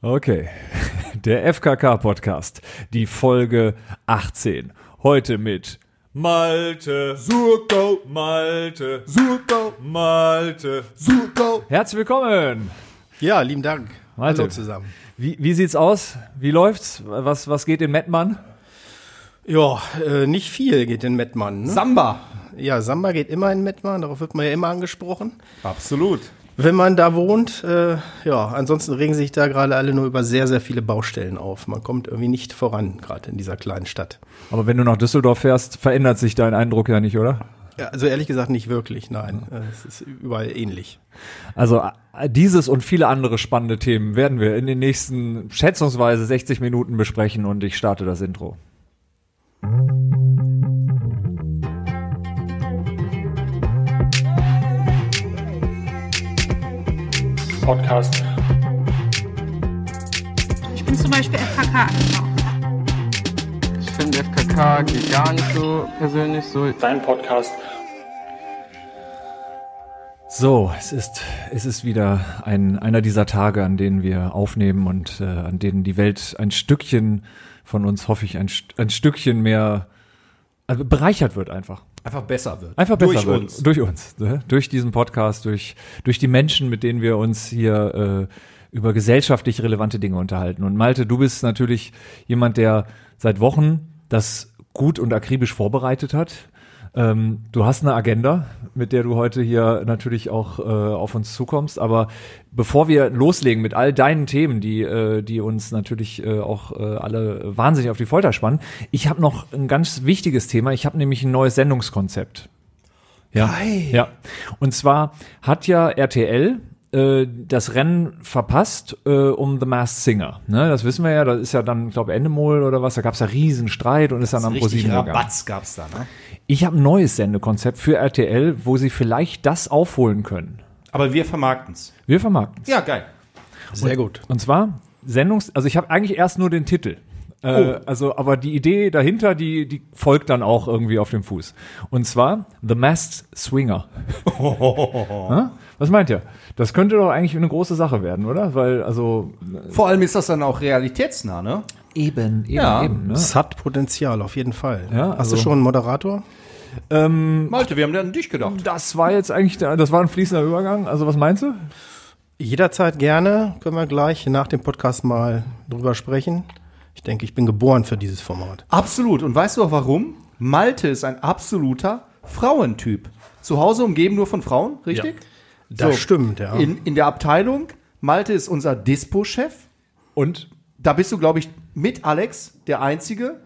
Okay, der FKK-Podcast, die Folge 18. Heute mit Malte, Surko, Malte, Surko, Malte, Surko. Herzlich willkommen. Ja, lieben Dank. Malte. Hallo zusammen. Wie, wie sieht's aus? Wie läuft's? Was, was geht in Mettmann? Ja, äh, nicht viel geht in Mettmann. Ne? Samba. ja, Samba geht immer in Mettmann, darauf wird man ja immer angesprochen. Absolut. Wenn man da wohnt, äh, ja, ansonsten regen sich da gerade alle nur über sehr, sehr viele Baustellen auf. Man kommt irgendwie nicht voran, gerade in dieser kleinen Stadt. Aber wenn du nach Düsseldorf fährst, verändert sich dein Eindruck ja nicht, oder? Ja, also ehrlich gesagt nicht wirklich, nein. Äh, Es ist überall ähnlich. Also äh, dieses und viele andere spannende Themen werden wir in den nächsten schätzungsweise 60 Minuten besprechen und ich starte das Intro. Podcast. Ich bin zum Beispiel FKK angekommen. Ich finde FKK geht gar nicht so persönlich so. Dein Podcast. So, es ist, es ist wieder ein, einer dieser Tage, an denen wir aufnehmen und äh, an denen die Welt ein Stückchen von uns, hoffe ich, ein, St- ein Stückchen mehr äh, bereichert wird einfach. Einfach besser wird. Einfach besser Durch wird. uns. Durch uns. Ne? Durch diesen Podcast, durch, durch die Menschen, mit denen wir uns hier äh, über gesellschaftlich relevante Dinge unterhalten. Und Malte, du bist natürlich jemand, der seit Wochen das gut und akribisch vorbereitet hat. Ähm, du hast eine Agenda, mit der du heute hier natürlich auch äh, auf uns zukommst. Aber bevor wir loslegen mit all deinen Themen, die, äh, die uns natürlich äh, auch äh, alle wahnsinnig auf die Folter spannen, ich habe noch ein ganz wichtiges Thema. Ich habe nämlich ein neues Sendungskonzept. Ja. ja. Und zwar hat ja RTL äh, das Rennen verpasst äh, um The Masked Singer. Ne, das wissen wir ja, das ist ja dann, ich glaube, Endemol oder was, da gab's ja riesen Streit und ist dann am Richtig ProSieben gegangen. Rabatz gab's da, ne? Ich habe ein neues Sendekonzept für RTL, wo sie vielleicht das aufholen können. Aber wir vermarkten's. Wir vermarkten Ja, geil. Sehr gut. Und zwar Sendungs, also ich habe eigentlich erst nur den Titel. Äh, Also, aber die Idee dahinter, die, die folgt dann auch irgendwie auf dem Fuß. Und zwar The Masked Swinger. Hä? Was meint ihr? Das könnte doch eigentlich eine große Sache werden, oder? Weil, also. Vor allem ist das dann auch realitätsnah, ne? Eben, eben, Ja. eben. Ne? Es hat Potenzial, auf jeden Fall. Ja, Hast also- du schon einen Moderator? Malte, wir haben an dich gedacht. Das war jetzt eigentlich, der, das war ein fließender Übergang. Also, was meinst du? Jederzeit gerne. Können wir gleich nach dem Podcast mal drüber sprechen. Ich denke, ich bin geboren für dieses Format. Absolut. Und weißt du auch warum? Malte ist ein absoluter Frauentyp. Zu Hause umgeben nur von Frauen, richtig? Das So. stimmt, ja. In, in der Abteilung, Malte ist unser Dispo-Chef. Und? Da bist du, glaube ich, mit Alex der Einzige.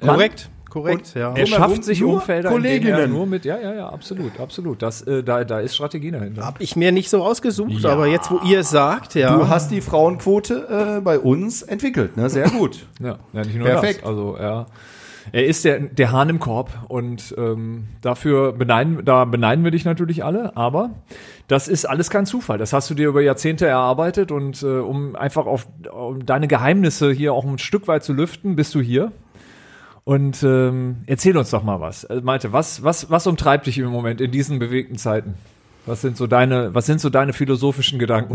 Korrekt, korrekt, Und- ja. Er Drumherum schafft sich nur Umfelder, in denen er Kolleginnen. nur mit, ja, ja, ja, absolut, absolut. Das, äh, da, da ist Strategie dahinter. Hab ich mir nicht so ausgesucht, aber jetzt, wo ihr es sagt, ja. Du hast die Frauenquote äh, bei uns entwickelt, ne? Sehr gut. Ja, ja nicht nur Perfekt. das. Also er, er ist der, der Hahn im Korb und ähm, dafür beneiden, da beneiden wir dich natürlich alle, aber das ist alles kein Zufall. Das hast du dir über Jahrzehnte erarbeitet und äh, um einfach auf um deine Geheimnisse hier auch ein Stück weit zu lüften, bist du hier. Und ähm, erzähl uns doch mal was. Äh, Malte, was, was, was umtreibt dich im Moment in diesen bewegten Zeiten? Was sind so deine, was sind so deine philosophischen Gedanken? zu-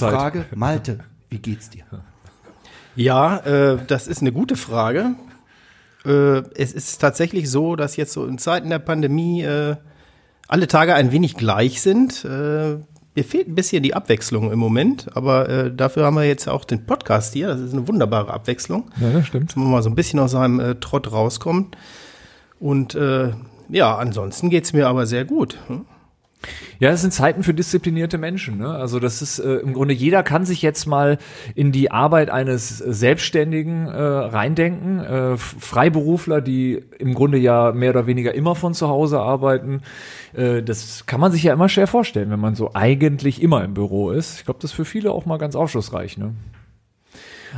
zur Zeit? Äh. Frage. Malte, wie geht's dir? ja, äh, das ist eine gute Frage. Äh, es ist tatsächlich so, dass jetzt so in Zeiten der Pandemie äh, alle Tage ein wenig gleich sind. Äh, mir fehlt ein bisschen die Abwechslung im Moment, aber äh, dafür haben wir jetzt auch den Podcast hier. Das ist eine wunderbare Abwechslung. Ja, das stimmt. dass man mal so ein bisschen aus seinem äh, Trott rauskommt. Und äh, ja, ansonsten geht's mir aber sehr gut. Hm? Ja, es sind Zeiten für disziplinierte Menschen. Ne? Also das ist äh, im Grunde jeder kann sich jetzt mal in die Arbeit eines Selbstständigen äh, reindenken. Äh, F- Freiberufler, die im Grunde ja mehr oder weniger immer von zu Hause arbeiten, äh, das kann man sich ja immer schwer vorstellen, wenn man so eigentlich immer im Büro ist. Ich glaube, das ist für viele auch mal ganz aufschlussreich. Ne?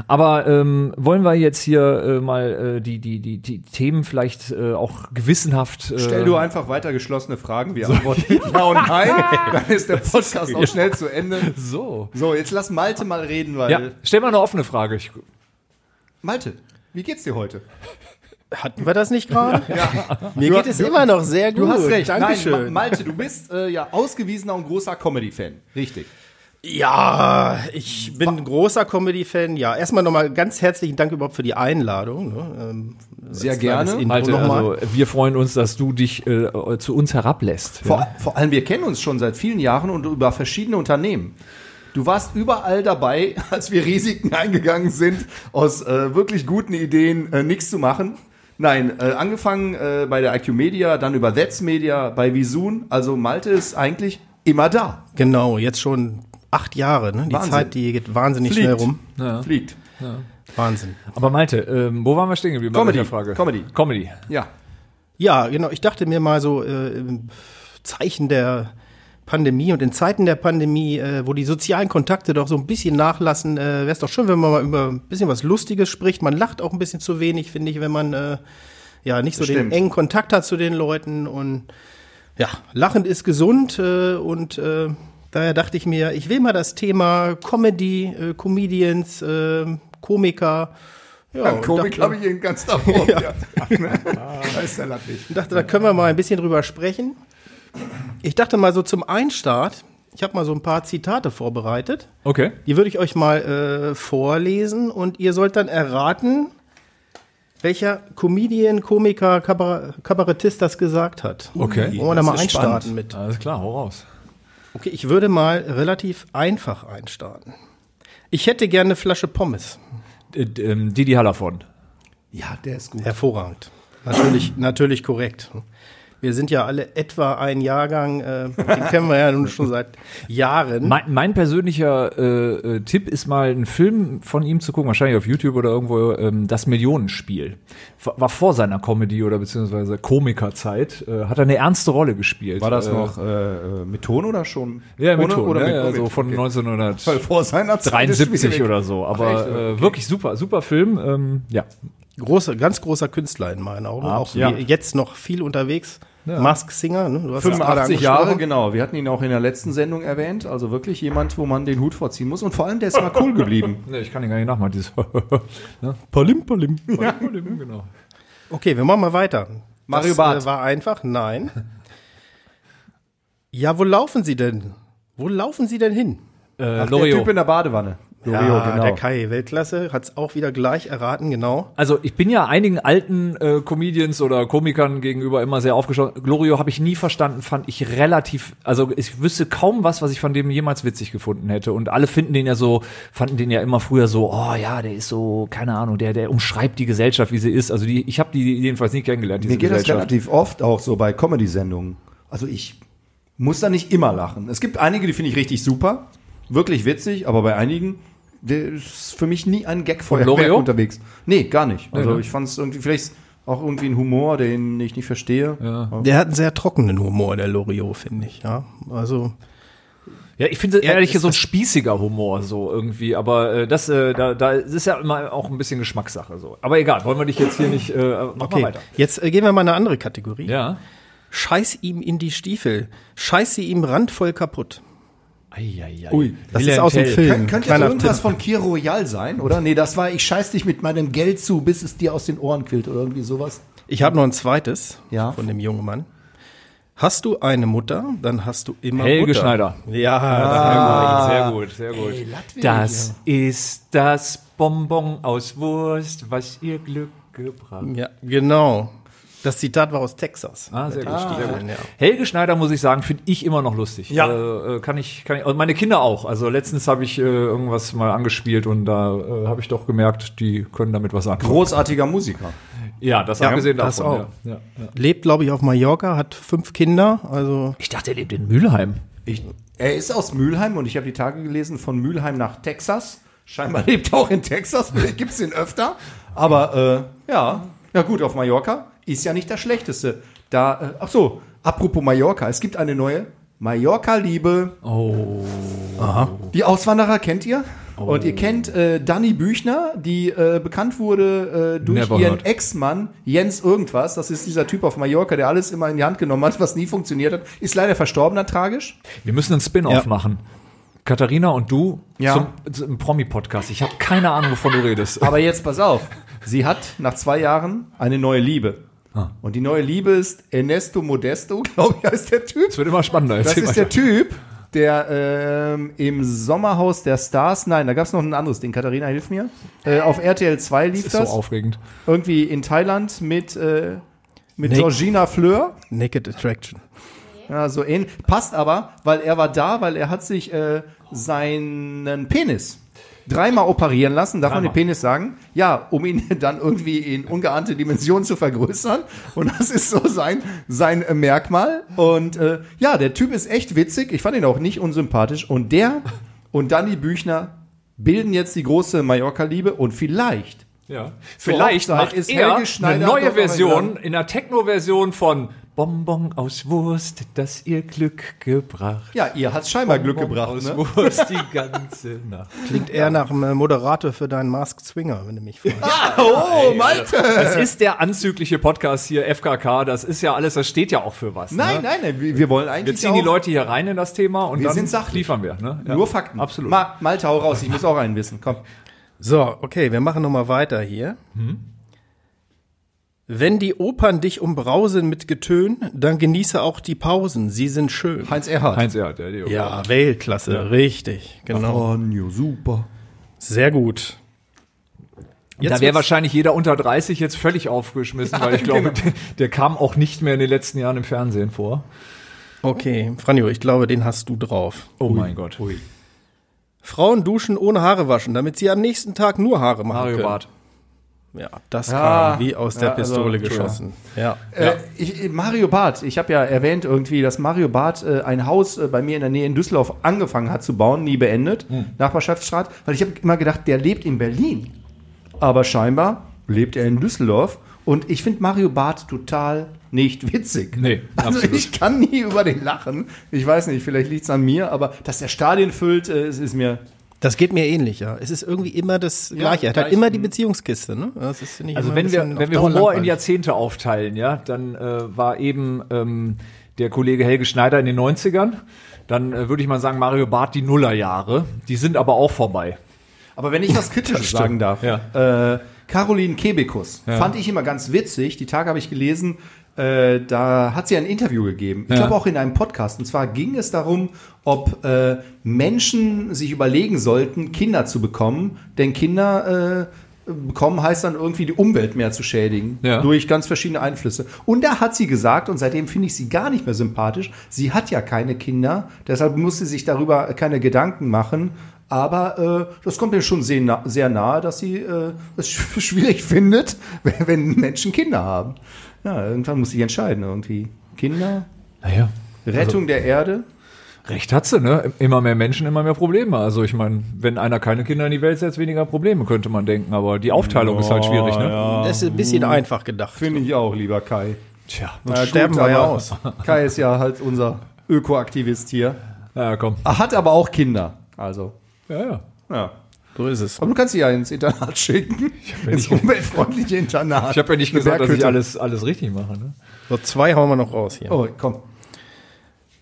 Aber ähm, wollen wir jetzt hier äh, mal äh, die, die, die, die Themen vielleicht äh, auch gewissenhaft äh, Stell du einfach weiter geschlossene Fragen, wir antworten mit ja und nein, dann ist der Podcast auch schnell zu Ende. so. So, jetzt lass Malte mal reden, weil Ja, stell mal eine offene Frage. Ich, Malte, wie geht's dir heute? Hatten wir das nicht gerade? Mir geht es immer noch sehr gut. Nein, Dankeschön. Ma Malte, du bist äh, ja ausgewiesener und großer Comedy-Fan, richtig? Ja, ich bin ein großer Comedy-Fan. Ja, erstmal nochmal ganz herzlichen Dank überhaupt für die Einladung. Ne? Ähm, Sehr als kleines gerne. Intro Malte, nochmal. also wir freuen uns, dass du dich äh, zu uns herablässt. Vor, vor allem, wir kennen uns schon seit vielen Jahren und über verschiedene Unternehmen. Du warst überall dabei, als wir Risiken eingegangen sind, aus äh, wirklich guten Ideen äh, nichts zu machen. Nein, äh, angefangen äh, bei der IQ Media, dann über That's Media, bei Visun. Also Malte ist eigentlich immer da. Genau, jetzt schon acht Jahre. Ne? Die Wahnsinn. Zeit, die geht wahnsinnig Fliegt. schnell rum. Ja. Fliegt. Wahnsinn. Aber Malte, ähm, wo waren wir stehen geblieben? bei Comedy, welcher Frage? Comedy. Comedy. Ja. Ja, genau. Ich dachte mir mal so, äh, im Zeichen der Pandemie und in Zeiten der Pandemie, äh, wo die sozialen Kontakte doch so ein bisschen nachlassen, äh, wäre es doch schön, wenn man mal über ein bisschen was Lustiges spricht. Man lacht auch ein bisschen zu wenig, finde ich, wenn man äh, ja nicht so den Stimmt. engen Kontakt hat zu den Leuten. Und ja, lachend ist gesund. Äh, und äh, daher dachte ich mir, ich will mal das Thema Comedy, äh, Comedians, äh, Komiker. Ja, und Komik dachte- habe ich ihn ganz davor. ja. ne? da ist der Lappich. ich dachte, da können wir mal ein bisschen drüber sprechen. Ich dachte mal so zum Einstart, ich habe mal so ein paar Zitate vorbereitet. Okay. Die würde ich euch mal äh, vorlesen und ihr sollt dann erraten, welcher Comedian, Komiker, Kabar Kabarettist das gesagt hat. Okay. Wollen wir da das mal ist einstarten mit? Alles klar, hau raus. Okay, ich würde mal relativ einfach einstarten. Ich hätte gerne eine Flasche Pommes. D d- ähm, Didi Hallervorden. Hm? Ja, der ist gut. Hervorragend. Natürlich, natürlich korrekt. Wir sind ja alle etwa ein Jahrgang, äh, den kennen wir ja nun schon seit Jahren. Mein, mein persönlicher äh, äh, Tipp ist mal, einen Film von ihm zu gucken, wahrscheinlich auf YouTube oder irgendwo, ähm, das Millionenspiel. War, war vor seiner Comedy oder beziehungsweise Komikerzeit, äh, hat er eine ernste Rolle gespielt. War das äh, noch äh, äh, mit Ton oder schon? Ja, mit Ohne Ton, oder ja, mit- ja, oh, mit so Ton, von okay. 1900. Weil vor seiner Zeit ist 73 schwierig. oder so, Ach, aber echt? äh, wirklich super, super Film. Ähm, ja, Großer, ganz großer Künstler in meinen Augen. Auch Absolut. wie- jetzt noch viel unterwegs. Mask-Singer. Ne? Du hast es gerade 85 angesprochen. Jahre, genau. Wir hatten ihn auch in der letzten Sendung erwähnt. Also wirklich jemand, wo man den Hut vorziehen muss. Und vor allem, der ist mal cool geblieben. ne, ich kann den gar nicht nachmachen, dieses ne? Palim, palim. ja. genau. Okay, wir machen mal weiter. Mario das, Barth. äh, war einfach. Nein. Ja, wo laufen Sie denn? Wo laufen Sie denn hin? Äh, Der Typ Loriot. in der Badewanne. genau. ja, genau. der Kai, Weltklasse, hat es auch wieder gleich erraten, genau. Also ich bin ja einigen alten äh, Comedians oder Komikern gegenüber immer sehr aufgeschlossen. Glorio habe ich nie verstanden, fand ich relativ, also ich wüsste kaum was, was ich von dem jemals witzig gefunden hätte. Und alle finden den ja so, fanden den ja immer früher so, oh ja, der ist so, keine Ahnung, der, der umschreibt die Gesellschaft, wie sie ist. Also die, ich habe die jedenfalls nie kennengelernt, diese Mir geht das Gesellschaft. relativ oft auch so bei Comedy-Sendungen. Also ich muss da nicht immer lachen. Es gibt einige, die finde ich richtig super, wirklich witzig, aber bei einigen der ist für mich nie ein Gag von Loriot? unterwegs. Nee, gar nicht. Also ne? ich fand es irgendwie vielleicht auch irgendwie ein Humor, den ich nicht verstehe. Der hat einen sehr trockenen Humor, der Loriot, finde ich. Ja, also ja, ich finde Ja, ehrlich ist so ein das- spießiger Humor so irgendwie, aber äh, das äh, da, da das ist ja immer auch ein bisschen Geschmackssache so. Aber egal, wollen wir dich jetzt hier nicht äh, mach mal okay. weiter. Jetzt äh, gehen wir mal in eine andere Kategorie. Ja. Scheiß ihm in die Stiefel, scheiß sie ihm randvoll kaputt. Ei, ei, ei. Ui, Das Wilhelm ist aus dem Tell. Film. Kön könnte jetzt Kleiner irgendwas von Kir Royal sein, oder? Nee, das war, ich scheiß dich mit meinem Geld zu, bis es dir aus den Ohren quillt oder irgendwie sowas. Ich habe noch ein zweites Ja. von dem jungen Mann. Hast du eine Mutter, dann hast du immer Helge Butter. Schneider. Ja, Ah. Sehr gut, sehr gut. das ist das Bonbon aus Wurst, was ihr Glück gebracht hat. ja, genau. Das Zitat war aus Texas. Ah, sehr gut, sehr gut. Ja. Helge Schneider, muss ich sagen, finde ich immer noch lustig. Ja. Äh, äh, kann ich, kann ich, und meine Kinder auch. Also letztens habe ich äh, irgendwas mal angespielt und da äh, habe ich doch gemerkt, die können damit was anfangen. Großartiger Musiker. Ja, das Ja, abgesehen das davon. auch. Ja. Ja. Ja. Lebt, glaube ich, auf Mallorca, hat fünf Kinder. Also Ich dachte, er lebt in Mülheim. Ich, er ist aus Mülheim und ich habe die Tage gelesen, von Mülheim nach Texas. Scheinbar lebt er auch in Texas, vielleicht gibt's ihn öfter. Aber äh, ja, ja gut, auf Mallorca ist ja nicht das Schlechteste. Da, äh, ach so, apropos Mallorca, es gibt eine neue Mallorca-Liebe. Oh. Die Auswanderer kennt ihr. Und ihr kennt äh, Dani Büchner, die äh, bekannt wurde äh, durch Never ihren heard. Ex-Mann Jens irgendwas. Das ist dieser Typ auf Mallorca, der alles immer in die Hand genommen hat, was nie funktioniert hat. Ist leider verstorben, dann tragisch. Wir müssen einen Spin-off Ja. machen. Katharina und du Ja. zum, zum Promi-Podcast. Ich habe keine Ahnung, wovon du redest. Aber jetzt pass auf. Sie hat nach zwei Jahren eine neue Liebe. Ah. Und die neue Liebe ist Ernesto Modesto, glaube ich, heißt der Typ. Es wird immer spannender. Das Erzähl ist weiter. der Typ, der ähm, im Sommerhaus der Stars, nein, da gab es noch ein anderes Ding, Katharina, hilf mir. Äh, auf RTL 2 lief ist das, so aufregend. irgendwie in Thailand mit, äh, mit Nee. Georgina Fleur. Naked Attraction. Ja, so ähnlich. Passt aber, weil er war da, weil er hat sich äh, seinen Penis dreimal operieren lassen, darf man den Penis sagen? Ja, um ihn dann irgendwie in ungeahnte Dimensionen zu vergrößern. Und das ist so sein, sein äh, Merkmal. Und äh, ja, der Typ ist echt witzig. Ich fand ihn auch nicht unsympathisch. Und der und Dani Büchner bilden jetzt die große Mallorca-Liebe. Und vielleicht Ja. Vielleicht Zur Hochzeit macht ist er Helge Schneider eine neue doch Version, eingeladen. in einer Techno-Version von Bonbon aus Wurst, das ihr Glück gebracht. Ja, ihr hat's scheinbar Glück gebracht. Aus Ne? Wurst die ganze Nacht. Klingt eher nach einem Moderator für deinen Mask Swinger, wenn du mich fragst. Oh, Malte! Das ist der anzügliche Podcast hier, FKK. Das ist ja alles, das steht ja auch für was. Nein, ne? nein, nein, wir, wir wollen eigentlich Wir ziehen die auch- Leute hier rein in das Thema und Wir dann sind sachlich. liefern wir. Ne? Ja. Nur Fakten. Absolut. Ma, Malte, hau raus, ich muss auch einen wissen. Komm. So, okay, wir machen nochmal weiter hier. Hm? Wenn die Opern dich umbrausen mit Getön, dann genieße auch die Pausen, sie sind schön. Heinz Erhardt. Heinz Erhardt, der Leo. Ja, Weltklasse, richtig, genau. Anjo, super. Sehr gut. da wäre wahrscheinlich jeder unter 30 jetzt völlig aufgeschmissen, weil ich genau. glaube, der, der kam auch nicht mehr in den letzten Jahren im Fernsehen vor. Okay, Franjo, ich glaube, den hast du drauf. Oh mein Gott. Ui. Frauen duschen ohne Haare waschen, damit sie am nächsten Tag nur Haare machen Mario können. Barth. Ja, das Ja. kam wie aus Ja, der also, Pistole Entschuldigung. geschossen. Ja. Äh, ich, Mario Barth, ich habe ja erwähnt irgendwie, dass Mario Barth äh, ein Haus äh, bei mir in der Nähe in Düsseldorf angefangen hat zu bauen, nie beendet, Hm. Nachbarschaftsstraat, weil ich habe immer gedacht, der lebt in Berlin. Aber scheinbar lebt er in Düsseldorf und ich finde Mario Barth total nicht witzig. Nee, also absolut. ich kann nie über den lachen. Ich weiß nicht, vielleicht liegt es an mir, aber dass der Stadien füllt, äh, es ist mir Das geht mir ähnlich, ja. Es ist irgendwie immer das Gleiche. Er hat halt gleich, immer die Beziehungskiste, ne? Das ist, finde Mhm. ich, Also immer ein wenn wir, bisschen auf wenn wir Dauer Humor in langweilig. Jahrzehnte aufteilen, ja, dann äh, war eben ähm, der Kollege Helge Schneider in den 90ern. Dann äh, würde ich mal sagen, Mario Barth die Nullerjahre. Die sind aber auch vorbei. Aber wenn ich was Kritisches sagen darf, äh, Caroline Kebekus fand ich immer ganz witzig. Die Tage habe ich gelesen, äh, da hat sie ein Interview gegeben. Ich glaube auch in einem Podcast. Und zwar ging es darum, ob äh, Menschen sich überlegen sollten, Kinder zu bekommen. Denn Kinder äh, bekommen heißt dann irgendwie die Umwelt mehr zu schädigen. Ja. Durch ganz verschiedene Einflüsse. Und da hat sie gesagt, und seitdem finde ich sie gar nicht mehr sympathisch, sie hat ja keine Kinder, deshalb muss sie sich darüber keine Gedanken machen. Aber äh, das kommt mir schon sehr, na sehr nahe, dass sie äh, es sch- schwierig findet, wenn- wenn Menschen Kinder haben. Ja, irgendwann muss ich entscheiden, irgendwie. Kinder, Naja, Rettung der Erde. recht hat sie, ne? Immer mehr Menschen, immer mehr Probleme. Also ich meine, wenn einer keine Kinder in die Welt setzt, weniger Probleme, könnte man denken. Aber die Aufteilung ist halt schwierig, ne? Das ist ein bisschen einfach gedacht. Finde ich auch, lieber Kai. Tja, Na sterben wir ja aber aus. Kai ist ja halt unser Ökoaktivist hier. ja, komm. Er hat aber auch Kinder. Also, Ja, ja. ja. So ist es. Aber du kannst sie ja ins Internat schicken. ins nicht- umweltfreundliche Internat. Ich habe ja nicht Eine gesagt, dass ich Berghütte. alles, alles richtig mache. Ne? So, zwei hauen wir noch raus hier. Oh, komm.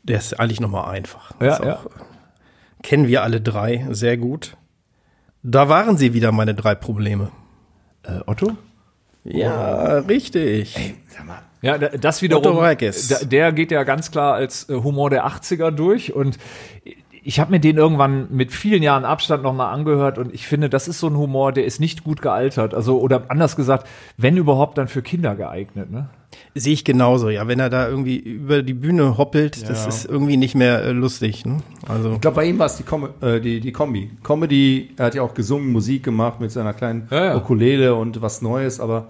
Der ist eigentlich nochmal einfach. Ja, Ist Kennen wir alle drei sehr gut. Da waren sie wieder, meine drei Probleme. Äh, Otto? Oh. Ja, richtig. Ja, da- das wiederum, Otto Walkes. da- der geht ja ganz klar als äh, Humor der 80er durch und ich habe mir den irgendwann mit vielen Jahren Abstand nochmal angehört und ich finde, das ist so ein Humor, der ist nicht gut gealtert. Also, oder anders gesagt, wenn überhaupt, dann für Kinder geeignet. Ne? Sehe ich genauso, ja. Wenn er da irgendwie über die Bühne hoppelt, das ist irgendwie nicht mehr äh, lustig. Ne? Also Ich glaube, bei ihm war es die, Com äh, die, die Kombi. Comedy, er hat ja auch gesungen, Musik gemacht mit seiner kleinen Ja, ja. Ukulele und was Neues, aber.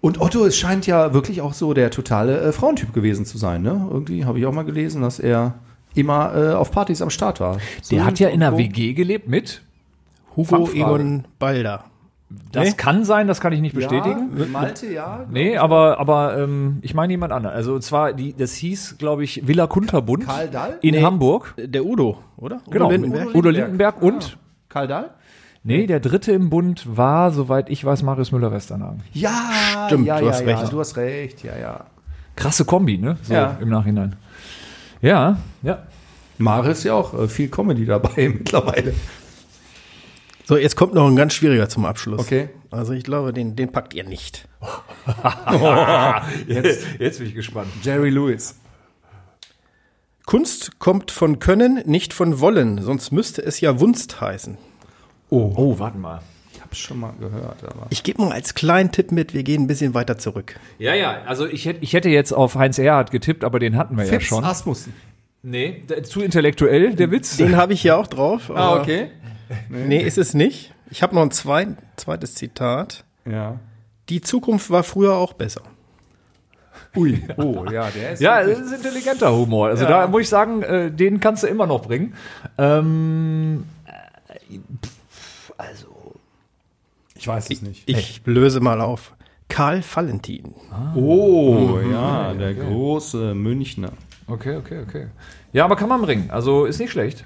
Und Otto, es scheint ja wirklich auch so der totale äh, Frauentyp gewesen zu sein, ne? Irgendwie habe ich auch mal gelesen, dass er immer äh, auf Partys am Start war. Der hat ja in einer Irgendwo. WG gelebt mit. Hugo Fangfrage. Egon Balder. Das Nee. kann sein, das kann ich nicht bestätigen. Ja, Malte, ja. Nee, aber, aber ähm, ich meine jemand anderen. Also und zwar, die, das hieß, glaube ich, Villa Kunterbund Karl Dahl? in Nee. Hamburg. Der Udo, oder? Genau, Udo mit Lindenberg. Udo Lindenberg und Karl Dahl? Nee, der dritte im Bund war, soweit ich weiß, Marius Müller-Westernhagen. Ja, Stimmt, ja, du ja, hast ja, recht. Du hast recht, ja, ja. Krasse Kombi, ne? So Ja. im Nachhinein. Ja, ja. Mare ist ja auch äh, viel Comedy dabei mittlerweile. So, jetzt kommt noch ein ganz schwieriger zum Abschluss. Okay. Also ich glaube, den, den packt ihr nicht. Jetzt, jetzt bin ich gespannt. Jerry Lewis. Kunst kommt von Können, nicht von Wollen, sonst müsste es ja Wunst heißen. Oh, warte mal. Ich habe schon mal gehört, aber. Ich gebe mal als kleinen Tipp mit, wir gehen ein bisschen weiter zurück. Ja, ja, also ich, hätt- ich hätte jetzt auf Heinz Erhardt getippt, aber den hatten wir ja Ah. schon. Asmussen. Nee, d- zu intellektuell, der Witz. Den habe ich hier auch drauf. Ah, aber- okay. Nee, ist es nicht. Ich habe noch ein zweit, zweites Zitat. Ja. Die Zukunft war früher auch besser. Ui. Oh, ja, der ist. Ja, das ist intelligenter Humor. Also da muss ich sagen, äh, den kannst du immer noch bringen. Ähm, äh, pff, also, Ich weiß es nicht. Ich löse mal auf. Karl Valentin. Oh, ja, der große Münchner. okay, okay, okay. Ja, aber kann man bringen. Also ist nicht schlecht.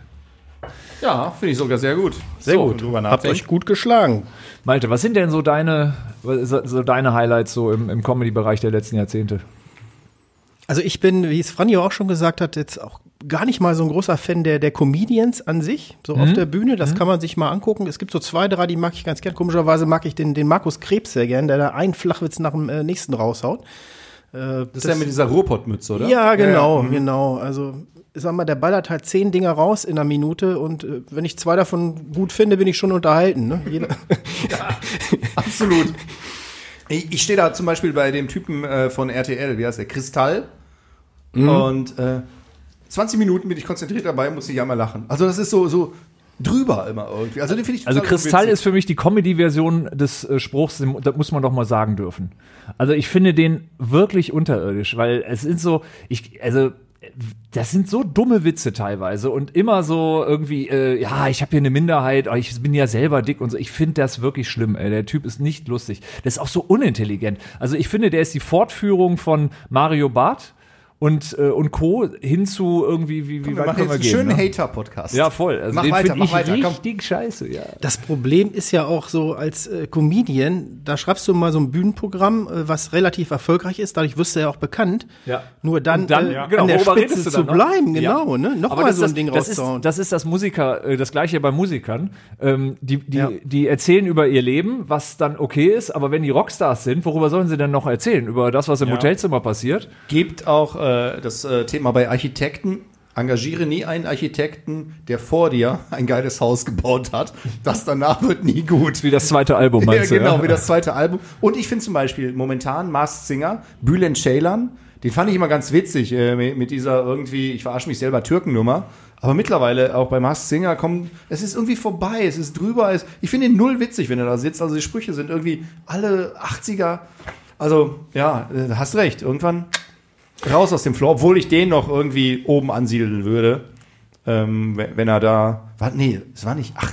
Ja, finde ich sogar sehr gut. Sehr gut. Habt euch gut geschlagen. Malte, was sind denn so deine, so so deine Highlights so im, im Comedy-Bereich der letzten Jahrzehnte? Also ich bin, wie es Franjo auch schon gesagt hat, jetzt auch gar nicht mal so ein großer Fan der, der Comedians an sich, so Mhm. auf der Bühne. Das kann man sich mal angucken. Es gibt so zwei, drei, die mag ich ganz gern. Komischerweise mag ich den, den Markus Krebs sehr gern, der da einen Flachwitz nach dem äh, nächsten raushaut. Äh, Das ist ja mit Mhm. dieser Ruhrpottmütze, oder? Ja, genau, genau. Also, ich sag mal, der ballert halt zehn Dinger raus in einer Minute und äh, wenn ich zwei davon gut finde, bin ich schon unterhalten. Ne? Jeder, Absolut. Ich, ich stehe da zum Beispiel bei dem Typen äh, von RTL, wie heißt der? Kristall. Mhm. Und äh, 20 Minuten bin ich konzentriert dabei, muss nicht einmal lachen. Also das ist so, so drüber immer irgendwie. Also den finde ich Also total Kristall witzig. ist für mich die Comedy-Version des äh, Spruchs, den- das muss man doch mal sagen dürfen. Also ich finde den wirklich unterirdisch, weil es sind so, ich, also das sind so dumme Witze teilweise und immer so irgendwie, äh, ja, ich habe hier eine Minderheit, aber ich bin ja selber dick und so. Ich finde das wirklich schlimm. Ey. Der Typ ist nicht lustig. Der ist auch so unintelligent. Also ich finde, der ist die Fortführung von Mario Barth und, äh, und Co. hin zu irgendwie, wie, wie Wir weit machen können jetzt wir einen gehen? ne? schönen Hater-Podcast. Ja, voll. Also mach den weiter, finde mach ich weiter. Komm. richtig scheiße, ja. Das Problem ist ja auch so als äh, Comedian, da schreibst du mal so ein Bühnenprogramm, äh, was relativ erfolgreich ist, dadurch wirst du ja auch bekannt. Ja. Nur dann, Und dann, äh, ja, genau, an der worüber Spitze redest du zu dann noch? bleiben, Ja. genau, ne? Aber Nochmal das so ist ein Ding das, das ist, rauszuhauen. das ist das Musiker, äh, das gleiche bei Musikern. Ähm, die, die, Ja. die erzählen über ihr Leben, was dann okay ist, aber wenn die Rockstars sind, worüber sollen sie denn noch erzählen? Über das, was im Hotelzimmer passiert? Gebt auch äh, das äh, Thema bei Architekten. Engagiere nie einen Architekten, der vor dir ein geiles Haus gebaut hat. Das danach wird nie gut. Wie das zweite Album, meinst ja, genau, du? wie Ja? das zweite Album. Und ich finde zum Beispiel momentan Mars Singer, Bülent Ceylan, den fand ich immer ganz witzig äh, mit mit dieser irgendwie, ich verarsche mich selber, Türkennummer. Aber mittlerweile auch bei Mars Singer kommen, es ist irgendwie vorbei, es ist drüber. Es, ich finde ihn null witzig, wenn er da sitzt. Also die Sprüche sind irgendwie alle 80er. Also ja, äh, hast recht, irgendwann raus aus dem Floor, obwohl ich den noch irgendwie oben ansiedeln würde. Ähm, wenn, wenn er da. War, nee, es war nicht. Ach,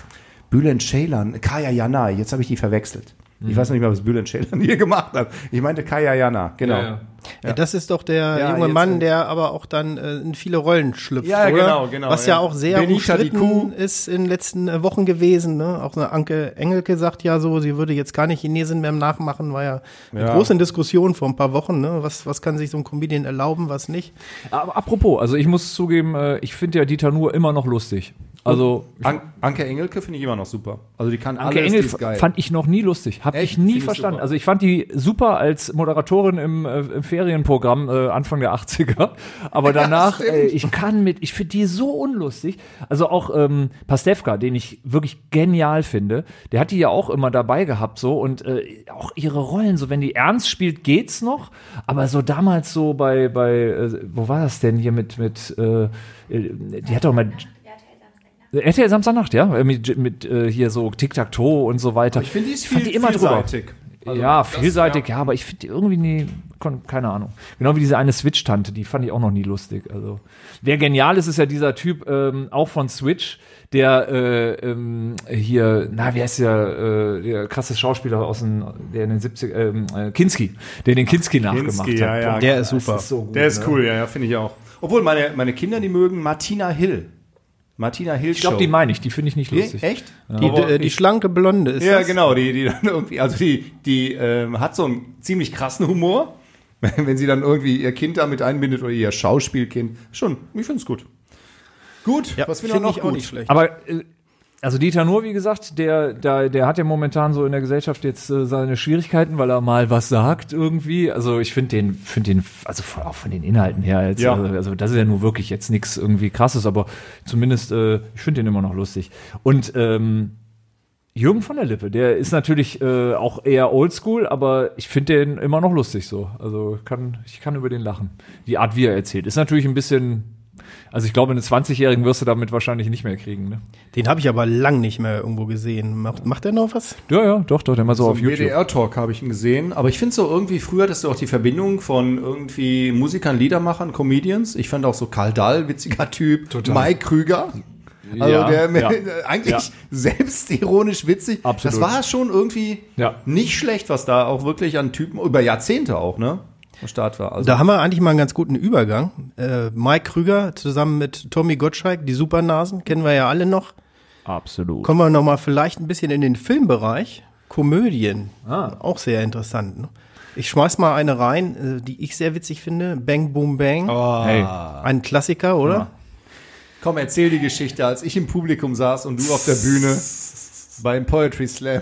Bülent Ceylan, Kaya Jana, jetzt habe ich die verwechselt. Mhm. Ich weiß noch nicht mal, was Bülent Ceylan hier gemacht hat. Ich meinte Kaya Jana, genau. Ja, ja. Ja, das ist doch der Ja, junge jetzt, äh, Mann, der aber auch dann äh, in viele Rollen schlüpft. Ja, oder? genau, genau, Was ja, ja. auch sehr Benita die Kuh. umstritten ist in den letzten äh, Wochen gewesen. Ne? Auch eine Anke Engelke sagt ja so, sie würde jetzt gar nicht Chinesin mehr nachmachen. War ja eine Ja. große Diskussion vor ein paar Wochen. Ne? Was, was kann sich so ein Comedian erlauben, was nicht? Aber apropos, also ich muss zugeben, äh, ich finde ja Dieter Nuhr immer noch lustig. Also An Anke Engelke finde ich immer noch super. Also die kann Anke alles, Engel die ist geil. fand ich noch nie lustig. Habe Echt? ich nie Find ich verstanden. super. also ich fand die super als Moderatorin im, äh, im Ferienprogramm äh, Anfang der 80er. Aber danach, stimmt. äh, ich kann mit, ich finde die so unlustig. Also auch ähm, Pastewka, den ich wirklich genial finde, der hat die ja auch immer dabei gehabt so und äh, auch ihre Rollen, so wenn die ernst spielt, geht's noch. Aber so damals so bei, bei äh, wo war das denn hier mit, mit äh, äh, die hat doch mal... RTL Samstagnacht, ja, mit, mit äh, hier so Tic-Tac-Toe und so weiter. Ich finde, die ist viel- vielseitig. Also ja, das- vielseitig, ja. aber ich finde die irgendwie nie, kon- keine Ahnung. Genau wie diese eine Switch-Tante, die fand ich auch noch nie lustig. Also, wer genial ist, ist ja dieser Typ, ähm, auch von Switch, der äh, ähm, hier, na, wie heißt der, äh, der krasse Schauspieler aus den, der in den 70 ähm, äh, Kinski, der den Kinski nachgemacht ja, hat. ja, Boah, Der ist super. Das ist so gut, Der ist ne? cool, ja, ja finde ich auch. Obwohl meine, meine Kinder, die mögen Martina Hill. Martina Hill Ich glaube, die meine ich, die finde ich nicht lustig. Echt? Die, äh, die, die schlanke Blonde ist Ja, das. genau, die, die dann irgendwie, also die, die ähm, hat so einen ziemlich krassen Humor, wenn wenn sie dann irgendwie ihr Kind damit einbindet oder ihr Schauspielkind. Schon, ich find's gut. Gut, Ja, was was finden wir noch ich gut? auch nicht schlecht. Aber äh, also Dieter Nur, wie gesagt, der, der, der hat ja momentan so in der Gesellschaft jetzt äh, seine Schwierigkeiten, weil er mal was sagt irgendwie. Also ich finde den, finde den, also von, auch von den Inhalten her jetzt, Ja. also, also das ist ja nur wirklich jetzt nichts irgendwie krasses, aber zumindest, äh, ich finde den immer noch lustig. Und ähm, Jürgen von der Lippe, der ist natürlich äh, auch eher oldschool, aber ich finde den immer noch lustig so. Also kann, ich kann über den lachen. Die Art, wie er erzählt, ist natürlich ein bisschen. Also ich glaube, einen 20-Jährigen wirst du damit wahrscheinlich nicht mehr kriegen. Ne? Den habe ich aber lang nicht mehr irgendwo gesehen. Macht, macht der noch was? Ja, ja, doch, doch, der mal so, So auf YouTube. WDR-Talk habe ich ihn gesehen. Aber ich finde so irgendwie, früher hattest du auch die Verbindung von irgendwie Musikern, Liedermachern, Comedians. Ich fand auch so Karl Dahl, witziger Typ. Mike Krüger. Also Ja, der ja. eigentlich Ja. selbstironisch witzig. Absolut. Das war schon irgendwie Ja. nicht schlecht, was da auch wirklich an Typen, über Jahrzehnte auch, ne? am Start war. Also Da haben wir eigentlich mal einen ganz guten Übergang. Äh, Mike Krüger zusammen mit Tommy Gottschalk, die Supernasen, kennen wir ja alle noch. Absolut. Kommen wir noch mal vielleicht ein bisschen in den Filmbereich. Komödien, Ah. auch sehr interessant. Ne? Ich schmeiß mal eine rein, äh, die ich sehr witzig finde. Bang Boom Bang, Ah. Hey. ein Klassiker, oder? Komm, erzähl die Geschichte, als ich im Publikum saß und du auf der Bühne beim Poetry Slam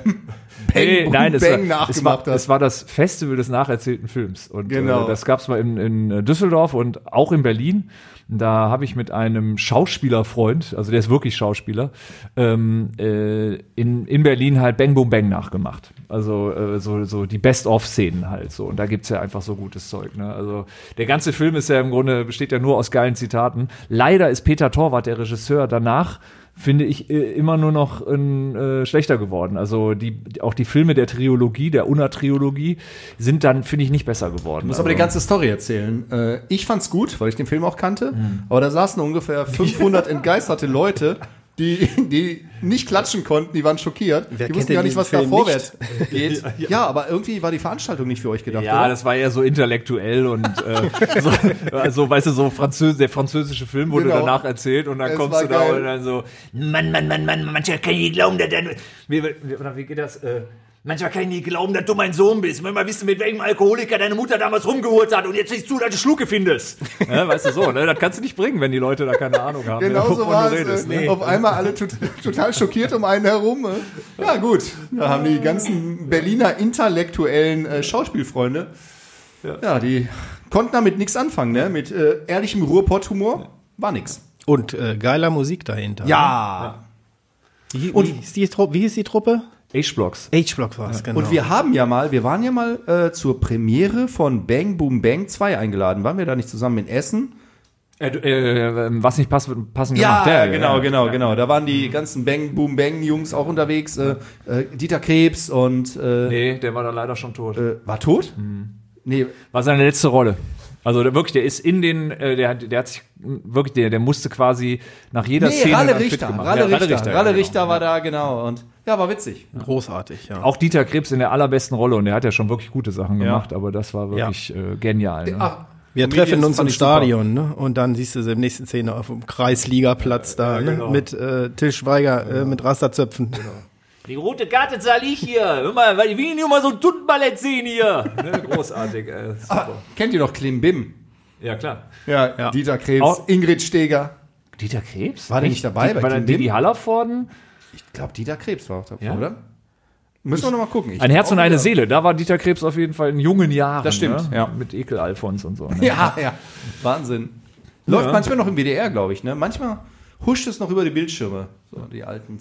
Bang, Nee, Boom, nein, es Bang war, es, nachgemacht war, hast. es war das Festival des nacherzählten Films. Und Genau. äh, das gab es mal in, in äh, Düsseldorf und auch in Berlin. Da habe ich mit einem Schauspielerfreund, also der ist wirklich Schauspieler, ähm, äh, in, in Berlin halt Bang Boom Bang nachgemacht. Also äh, so, so die Best-of-Szenen halt so. Und da gibt es ja einfach so gutes Zeug. Ne? Also der ganze Film ist ja im Grunde, besteht ja nur aus geilen Zitaten. Leider ist Peter Torwart, der Regisseur, danach finde ich, äh, immer nur noch ein, äh, schlechter geworden. Also die, auch die Filme der Trilogie, der Una-Trilogie, sind dann, finde ich, nicht besser geworden. Also muss aber die ganze Story erzählen. Äh, Ich fand's gut, weil ich den Film auch kannte, aber da saßen ungefähr 500 entgeisterte Leute, die, die nicht klatschen konnten, die waren schockiert. Wer die kennt wussten denn gar nicht, diesen was da Film vorwärts geht. Ja, aber irgendwie war die Veranstaltung nicht für euch gedacht. ja, das war eher so intellektuell und äh, so, also, weißt du, so Französ der französische Film wurde Genau. danach erzählt und dann Es kommst war du da geil. und dann so, Mann, Mann, Mann, Mann, manchmal kann ich nicht glauben, dass der, wie, wie, oder wie geht das? Äh, manchmal kann ich nicht glauben, dass du mein Sohn bist. Ich will mal wissen, mit welchem Alkoholiker deine Mutter damals rumgeholt hat und jetzt siehst du, dass du Schlucke findest. Ja, weißt du so, ne? Das kannst du nicht bringen, wenn die Leute da keine Ahnung haben. Genau so wovon war du es. redest, äh, ne? Auf einmal alle tut, total schockiert um einen herum. äh. Ja gut, da haben die ganzen Berliner intellektuellen äh, Schauspielfreunde, ja. die konnten damit nichts anfangen, ne? Mit äh, ehrlichem Ruhrpott-Humor war nix. Und äh, geiler Musik dahinter. Ja. Die, und wie ist die, Tru- wie ist die Truppe? H-Blocks. H-Block war es, genau. Und wir haben ja mal, wir waren ja mal äh, zur Premiere von Bang Boom Bang 2 eingeladen. Waren wir da nicht zusammen in Essen? Äh, du- äh, äh, was nicht passt, wird passend gemacht. Ja, genau, ja. genau, genau. Da waren die ganzen Bang Boom Bang Jungs auch unterwegs. Äh, äh, Dieter Krebs und äh, Nee, der war da leider schon tot. äh, war tot? Nee, War seine letzte Rolle. Also der, wirklich, der ist in den, äh, der, hat, der hat sich wirklich, der, der musste quasi nach jeder nee Szene dann Ralle fit Richter. gemacht. Ralle Ja, Richter, Ralle Richter, ja, genau. war da, genau. Und ja, war witzig. Großartig, ja. Auch Dieter Krebs in der allerbesten Rolle und der hat ja schon wirklich gute Sachen gemacht, aber das war wirklich äh, genial. Ne? Ach, Wir Comedians treffen uns fand im ich super. Stadion, ne? Und dann siehst du sie im nächsten Szene auf dem Kreisligaplatz da, genau. ne? Mit äh, Till Schweiger äh, mit Rasterzöpfen. Die rote Karte zahle ich hier. Hör mal, weil ich will nicht mal so ein Tuttenballett sehen hier. Ne? Großartig, äh, Ah. super. Kennt ihr doch Klim Bim? Ja, klar. Ja, Dieter Krebs, Auch- Ingrid Steger. Dieter Krebs? War der nicht dabei bei War dann Team Ding? Didi Hallervorden? Ich glaube, Dieter Krebs war auch dabei, Ja? oder? Müssen wir nochmal gucken. Ich Ein Herz und glaub, eine ja. Seele. Da war Dieter Krebs auf jeden Fall in jungen Jahren. Das stimmt, ne? ja. Mit Ekel Alfons und so. Ne? Ja, ja. Wahnsinn. Läuft manchmal noch im WDR, glaube ich. Ne? Manchmal huscht es noch über die Bildschirme. So, die alten.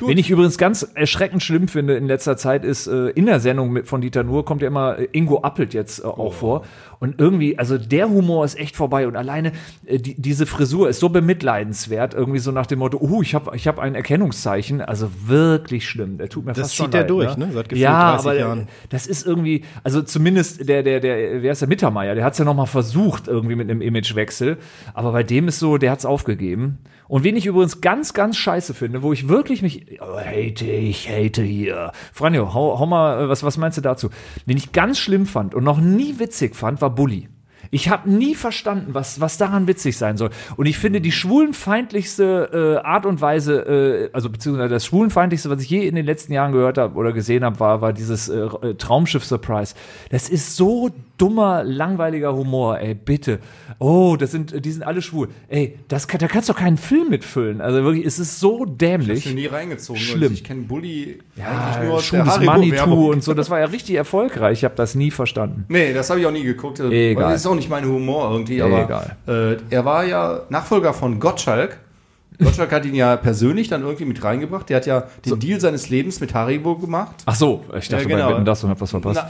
Gut. Wen ich übrigens ganz erschreckend schlimm finde in letzter Zeit ist, äh, in der Sendung mit, von Dieter Nuhr kommt ja immer äh, Ingo Appelt jetzt äh, auch Oh. vor. Und irgendwie, also der Humor ist echt vorbei und alleine äh, die, diese Frisur ist so bemitleidenswert, irgendwie so nach dem Motto, oh, ich habe ich hab ein Erkennungszeichen. Also wirklich schlimm. Der tut mir Das fast zieht schon der leid, durch, ne? ne? Seit gefühlt ja, 30 aber, äh, Jahren. das ist irgendwie, also zumindest der, der, der, wer ist der Mittermeier? Der hat es ja nochmal versucht, irgendwie mit einem Imagewechsel. Aber bei dem ist so, der hat es aufgegeben. Und wen ich übrigens ganz, ganz scheiße finde, wo ich wirklich mich, oh, hate ich, hate hier. Franjo, hau, hau mal, äh, was, was meinst du dazu? Den ich ganz schlimm fand und noch nie witzig fand, war Bully. Ich habe nie verstanden, was, was daran witzig sein soll. Und ich finde, die schwulenfeindlichste äh, Art und Weise, äh, also beziehungsweise das schwulenfeindlichste, was ich je in den letzten Jahren gehört habe oder gesehen habe, war, war dieses äh, Traumschiff-Surprise. äh, Das ist so dummer, langweiliger Humor, ey, bitte. Oh, das sind, die sind alle schwul. Ey, das, kann- da kannst du doch keinen Film mitfüllen. Also wirklich, es ist so Ich bin dämlich. nie reingezogen. Schlimm. Leute. Ich kenne Bulli Ja, aus der Schubes Haribo-Werbung. Manitou und so, das war ja richtig erfolgreich. Ich habe das nie verstanden. Nee, das habe ich auch nie geguckt. Egal. Weil Das ist auch nicht mein Humor irgendwie, aber Egal. äh, er war ja Nachfolger von Gottschalk. Gottschalk hat ihn ja persönlich dann irgendwie mit reingebracht. Der hat ja den Deal seines Lebens mit Haribo gemacht. Ach so, ich dachte, Ja, bei genau. Wetten, das und hab was verpasst.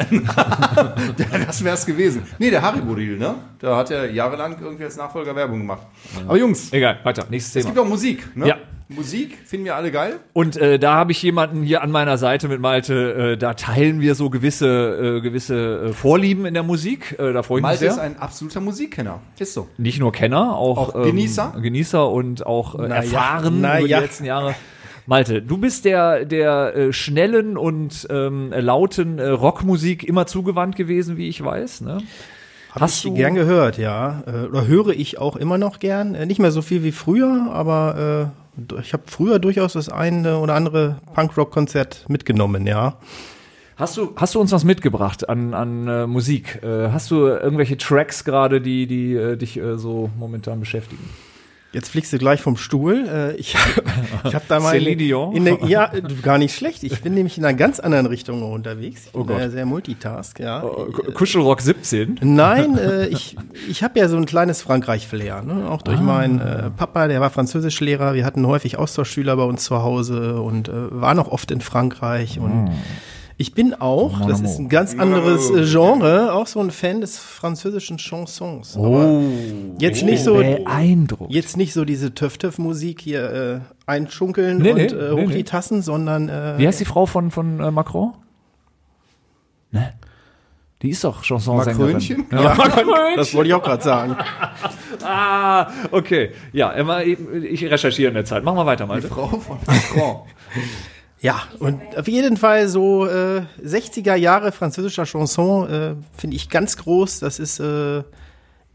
Ja, das wäre es gewesen. Nee, der Haribo-Deal, ne? Da hat er jahrelang irgendwie als Nachfolger Werbung gemacht. Aber Jungs, Egal, weiter, nächstes es Thema. gibt auch Musik, ne? Ja. Musik finden wir alle geil. Und äh, da habe ich jemanden hier an meiner Seite mit Malte, äh, da teilen wir so gewisse, äh, gewisse äh, Vorlieben in der Musik. Äh, da freue ich Malte mich ist sehr. ein absoluter Musikkenner. Ist so. Nicht nur Kenner, auch, ähm, Auch Genießer? Genießer und auch äh, Na ja, erfahren na über ja. die letzten Jahre. Malte, du bist der, der äh, schnellen und ähm, lauten äh, Rockmusik immer zugewandt gewesen, wie ich weiß. Ne? Habe Hast ich du- gern gehört, ja. Äh, Oder höre ich auch immer noch gern. Äh, Nicht mehr so viel wie früher, aber äh, ich habe früher durchaus das eine oder andere Punkrock-Konzert mitgenommen, ja. Hast du, hast du uns was mitgebracht an, an äh, Musik? Äh, hast du irgendwelche Tracks gerade, die, die äh, dich äh, so momentan beschäftigen? Jetzt fliegst du gleich vom Stuhl. Äh, Ich, ich habe da mal Celine Dion? In der, ja, äh, gar nicht schlecht. Ich bin nämlich in einer ganz anderen Richtung unterwegs. Ich bin Oh Gott. äh, sehr Multitask, ja. Äh, K- Kuschelrock 17? Nein, äh, ich, ich habe ja so ein kleines Frankreich-Flair. Ne? Auch Ah. durch meinen äh, Papa, der war Französischlehrer. Wir hatten häufig Austauschschüler bei uns zu Hause und äh, waren auch oft in Frankreich. Ah. Und ich bin auch, das ist ein ganz anderes äh, Genre, auch so ein Fan des französischen Chansons. Oh. Aber jetzt nicht so. Beeindruckt. Jetzt nicht so diese Töff-Töff-Musik hier äh, einschunkeln Nee, und nee, äh, nee, hoch nee. die Tassen, sondern äh, Wie heißt die Frau von, von äh, Macron? Ne? Die ist doch Chansonsängerin. Macrönchen? Ja, Macrönchen. das wollte ich auch gerade sagen. Ah, okay. Ja, Emma, ich recherchiere in der Zeit. Machen wir weiter, Malte. Frau von Macron. Ja, und auf jeden Fall so äh, 60er Jahre französischer Chanson äh, finde ich ganz groß. Das ist äh,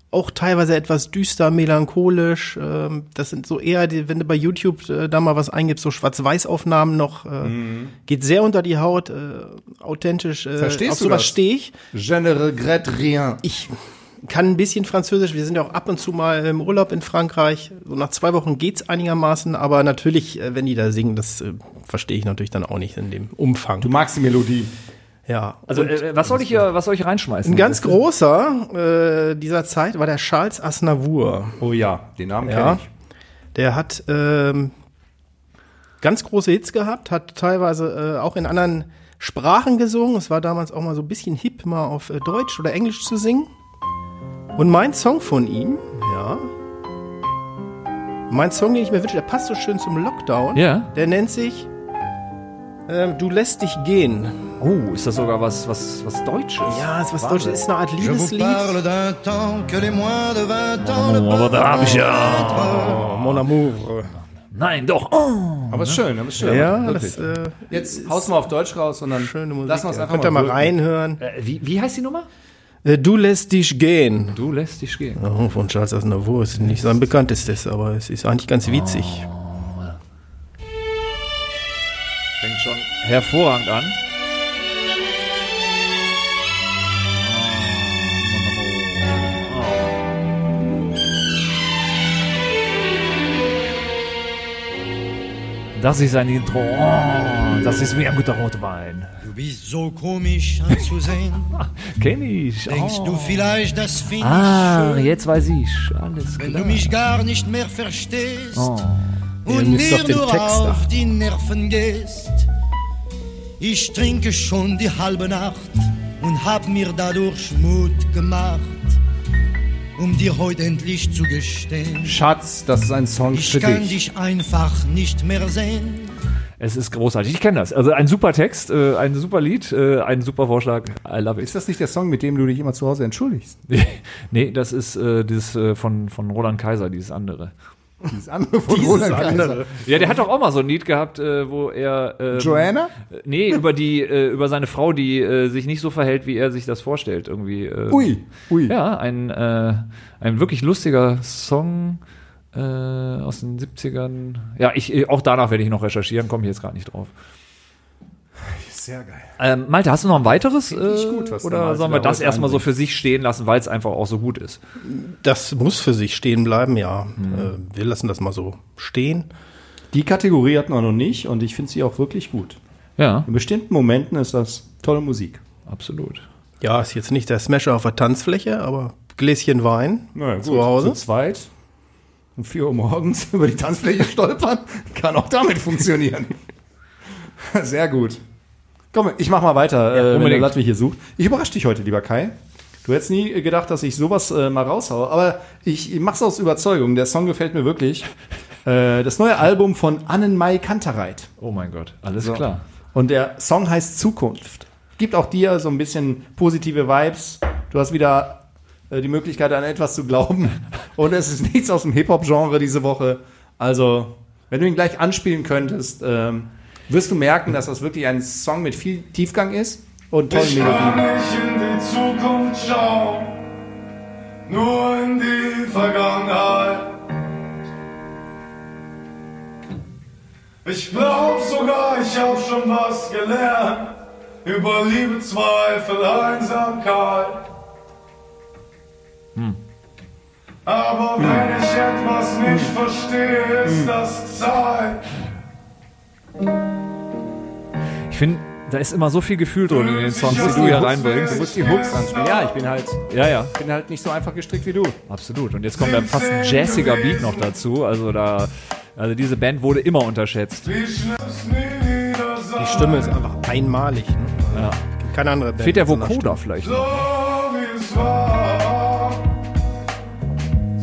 auch teilweise etwas düster, melancholisch. ähm, das sind so eher, die, wenn du bei YouTube äh, da mal was eingibst, so Schwarz-Weiß-Aufnahmen noch. Äh, Mhm. Geht sehr unter die Haut, äh, authentisch. Äh, Verstehst auf du sowas das? stehe ich. Je ne regrette rien. Ich kann ein bisschen Französisch. Wir sind ja auch ab und zu mal im Urlaub in Frankreich. So nach zwei Wochen geht's einigermaßen, aber natürlich, äh, wenn die da singen, das äh, verstehe ich natürlich dann auch nicht in dem Umfang. Du magst die Melodie. Ja. Also, äh, was soll ich hier, was soll ich reinschmeißen? Ein ganz großer äh, dieser Zeit war der Charles Aznavour. Oh ja, den Namen Ja. kenne Der hat ähm, ganz große Hits gehabt, hat teilweise äh, auch in anderen Sprachen gesungen. Es war damals auch mal so ein bisschen hip, mal auf äh, Deutsch oder Englisch zu singen. Und mein Song von ihm, ja. Mein Song, den ich mir wünsche, der passt so schön zum Lockdown. Ja. Der nennt sich ähm, Du lässt dich gehen. Oh, ist das sogar was, was, was Deutsches? Ja, ist was Wahnsinn. Deutsches, ist eine Art Je vous Liebeslied. parle d'un temps que les moins de 20 ans ne Oh, aber da hab ich ja. Oh, mon amour. Nein, doch. Oh. ich. Aber ist schön, aber ist schön. Ja, Wirklich. das äh, Jetzt haust mal auf Deutsch raus und dann schöne Musik. lassen wir es ja. einfach Könnt ihr mal wirken. reinhören. Äh, Wie, wie heißt die Nummer? Äh, Du lässt dich gehen. Du lässt dich gehen. Oh, von Charles Aznavour ist nicht sein bekanntestes, aber es ist eigentlich ganz witzig. Fängt schon hervorragend an. Das ist ein Intro. Oh, das ist wie ein guter Rotwein. Du bist so komisch anzusehen. Kenn ich. Denkst du Oh. vielleicht, das finde Ah, ich schön, jetzt weiß ich. Alles wenn du klar. mich gar nicht mehr verstehst Oh. und müsst mir auf den nur Text auf achten. die Nerven gehst. Ich trinke schon die halbe Nacht und hab mir dadurch Mut gemacht, um dir heute endlich zu gestehen. Schatz, das ist ein Song Ich für kann dich. dich einfach nicht mehr sehen. Es ist großartig. Ich kenne das. Also ein super Text, äh, ein super Lied, äh, ein super Vorschlag. I love it. Ist das nicht der Song, mit dem du dich immer zu Hause entschuldigst? nee, das ist äh, dieses äh, von, von Roland Kaiser, dieses andere. Dieses andere von Dieses Roland Kaiser. andere. Ja, der hat doch auch mal so ein Lied gehabt, äh, wo er ähm, Joanna? äh, Nee, über die äh, über seine Frau, die äh, sich nicht so verhält, wie er sich das vorstellt irgendwie. Äh, Ui, ui. Ja, ein äh, ein wirklich lustiger Song äh, aus den 70ern. Ja, ich äh, auch danach werde ich noch recherchieren, komme ich jetzt gerade nicht drauf. Sehr geil. Ähm, Malte, hast du noch ein weiteres? ich äh, gut, was der oder Malte sollen wir da das heute erstmal so anbringt. für sich stehen lassen, weil es einfach auch so gut ist? Das muss für sich stehen bleiben, ja. Mhm. Äh, wir lassen das mal so stehen. Die Kategorie hatten wir noch nicht und ich finde sie auch wirklich gut. Ja, In bestimmten Momenten ist das tolle Musik. absolut. Ja, ist jetzt nicht der Smasher auf der Tanzfläche, aber Gläschen Wein zu Zu Hause. zweit. Um 4 Uhr morgens über die Tanzfläche stolpern. Kann auch damit funktionieren. Sehr gut. Komm, ich mach mal weiter, äh, wenn der unbedingt. Latwig hier sucht. Ich überrasche dich heute, lieber Kai. Du hättest nie gedacht, dass ich sowas äh, mal raushaue, aber ich, ich mach's aus Überzeugung. Der Song gefällt mir wirklich. Äh, das neue Album von Annenmai Kantereit. Oh mein Gott, alles So. klar. Und der Song heißt Zukunft. Gibt auch dir so ein bisschen positive Vibes. Du hast wieder äh, die Möglichkeit, an etwas zu glauben. Und es ist nichts aus dem Hip-Hop-Genre diese Woche. Also, wenn du ihn gleich anspielen könntest, ähm, wirst du merken, dass das wirklich ein Song mit viel Tiefgang ist und tollen Melodien. nicht in die Zukunft schauen, nur in die Vergangenheit. Ich glaub sogar, ich hab schon was gelernt über Liebe, Zweifel, Einsamkeit. Aber wenn ich etwas nicht verstehe, ist das Zeit. Ich finde, da ist immer so viel Gefühl drin in den Songs, die du hier reinbringst. musst die Hooks anspielen. Ja, ich bin halt, Ja, ja, bin halt nicht so einfach gestrickt wie du. absolut. Und jetzt kommt dann fast ein jazziger Beat noch dazu. Also da, also diese Band wurde immer unterschätzt. Ich schnipp's nie wieder sein. Die Stimme ist einfach einmalig. Ne? Ja. Gibt Keine andere Band. Fehlt der mit so einer Vocoder vielleicht noch? So wie es war,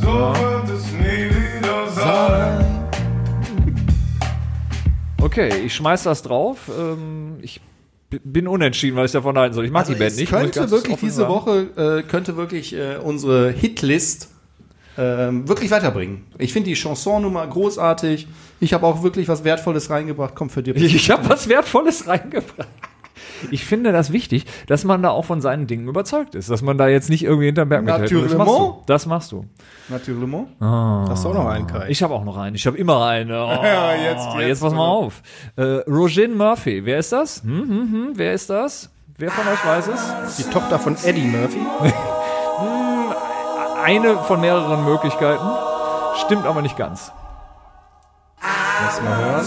so wird es nie wieder sein. Okay, ich schmeiß das drauf. Ähm, ich b- bin unentschieden, was ich davon halten soll. Ich mag die Band Also es nicht. muss ich Könnte ganz wirklich offen diese sagen. Woche äh, könnte wirklich äh, unsere Hitlist ähm, wirklich weiterbringen. Ich finde die Chansonnummer großartig. Ich habe auch wirklich was Wertvolles reingebracht. Kommt für dir. Ich, ich habe was Wertvolles reingebracht. Ich finde das wichtig, dass man da auch von seinen Dingen überzeugt ist, dass man da jetzt nicht irgendwie hinterm Berg mithält. Und Das machst du. Naturellement. Das machst du. Natürlich. Stimme. Hast du auch noch einen, Kai? Ich habe auch noch einen. Ich habe immer einen. Oh, ja, jetzt, Ah, jetzt, pass mal auf. Äh, Rogin Murphy. Wer ist das? Hm, hm, hm. Wer ist das? Wer von euch weiß es? die Tochter von Eddie Murphy. Eine von mehreren Möglichkeiten. Stimmt aber nicht ganz. Lass mal hören.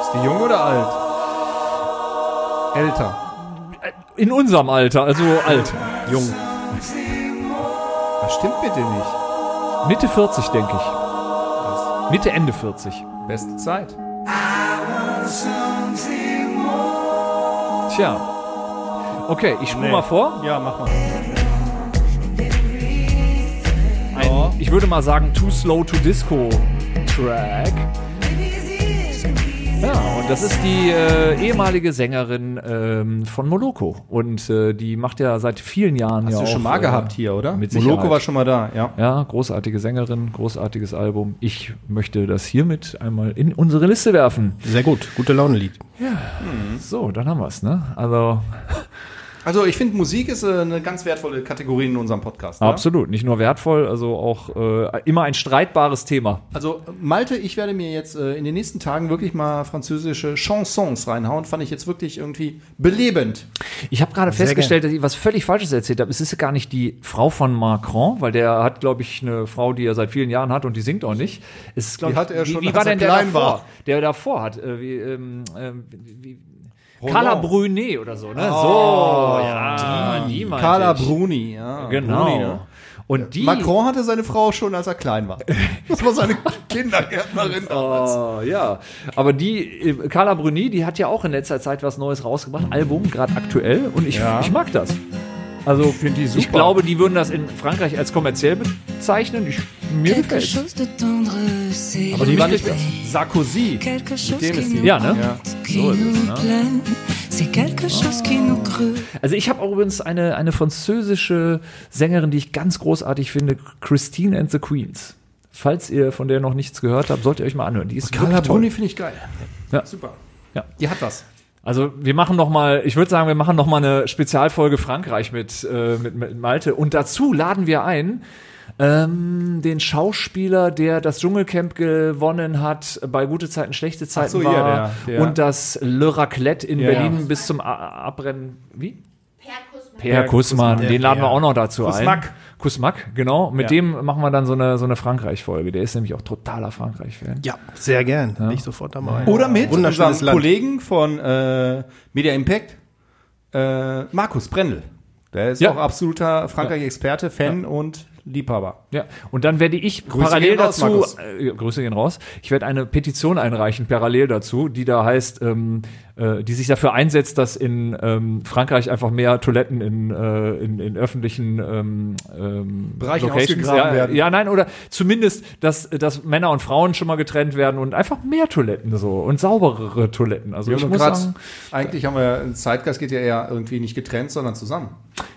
Ist die jung oder alt? Älter. In unserem Alter, also alt. Jung. Ah, Das stimmt bitte nicht. Mitte 40, denke ich. Mitte, Ende 40. Beste Zeit. Tja. Okay, ich spule mal vor. Ja, mach mal. ein, ich würde mal sagen, Too Slow to Disco Track. Ja, und das ist die äh, ehemalige Sängerin ähm, von Moloko. Und äh, die macht ja seit vielen Jahren ja Hast du schon auch, mal äh, gehabt hier, oder? Mit Moloko Sicherheit. war schon mal da, ja. Ja, großartige Sängerin, großartiges Album. Ich möchte das hiermit einmal in unsere Liste werfen. Sehr gut. Gute Laune-Lied. So, dann haben wir's, ne? Also, Also ich finde Musik ist äh, eine ganz wertvolle Kategorie in unserem Podcast. ne? absolut. Nicht nur wertvoll, also auch äh, immer ein streitbares Thema. Also Malte, ich werde mir jetzt äh, in den nächsten Tagen wirklich mal französische Chansons reinhauen. Fand ich jetzt wirklich irgendwie belebend. Ich habe gerade festgestellt, dass ich was völlig Falsches erzählt habe. Es ist gar nicht die Frau von Macron, weil der hat, glaube ich, eine Frau, die er seit vielen Jahren hat und die singt auch nicht. Es ist, glaub Die ich, hatte er schon, wie, wie als war er denn der klein davor? war. Der davor hat, äh, wie, ähm, ähm, wie, Carla Brunet oder so, ne? so, ja, die, meinte Oh, Carla ich. Bruni, ja. Genau. Bruni, ne? Und die. Macron hatte seine Frau schon, als er klein war. Das war seine Kindergärtnerin damals. Oh, ja, aber die äh, Carla Bruni, die hat ja auch in letzter Zeit was Neues rausgebracht, Album gerade aktuell und ich, ich mag das. Also finde die super. Ich glaube, die würden das in Frankreich als kommerziell bezeichnen. Ich, mir Quelque gefällt. chose de tendre, c'est Aber die lui. war nicht Sarkozy. Quelque chose dem qui ist die- nous Ja, ne? hante, qui nous plaît. C'est quelque chose Ah. qui nous creuse. Also ich habe auch übrigens eine eine französische Sängerin, die ich ganz großartig finde, Christine and the Queens. Falls ihr von der noch nichts gehört habt, sollt ihr euch mal anhören. Die ist Carla wirklich toll. Bruni finde ich geil. Ja. Super. Ja. Die hat was. Also wir machen noch mal, ich würde sagen, wir machen noch mal eine Spezialfolge Frankreich mit, äh, mit, mit Malte und dazu laden wir ein Ähm, den Schauspieler, der das Dschungelcamp gewonnen hat, bei gute Zeiten, schlechte Zeiten so, ja, war der, der. und das Le Raclette in Ja, Berlin ja. bis zum A- A- Abrennen. Wie? Per Per Kussmann, Kussmann. den laden wir Ja. auch noch dazu ein. Kussmack. Kussmack, genau. Mit Ja. dem machen wir dann so eine, so eine Frankreich-Folge. Der ist nämlich auch totaler Frankreich-Fan. Ja, sehr gern. Nicht sofort dabei. Oder mit Wunderschönes unserem Land. Kollegen von äh, Media Impact, äh, Markus Brendel. Der ist Ja. auch absoluter Frankreich-Experte, Fan und Liebhaber. Ja, und dann werde ich Grüße parallel gehen raus, dazu, Markus. äh, ja, Grüße gehen raus, ich werde eine Petition einreichen, parallel dazu, die da heißt, ähm, äh, die sich dafür einsetzt, dass in ähm, Frankreich einfach mehr Toiletten in, äh, in, in öffentlichen ähm, ähm, Bereichen ausgegraben ja, werden. Ja, nein, oder zumindest, dass, dass Männer und Frauen schon mal getrennt werden und einfach mehr Toiletten so und sauberere Toiletten. Also ich nur muss grad- sagen, eigentlich haben wir, ein Zeitgeist geht ja eher irgendwie nicht getrennt, sondern zusammen.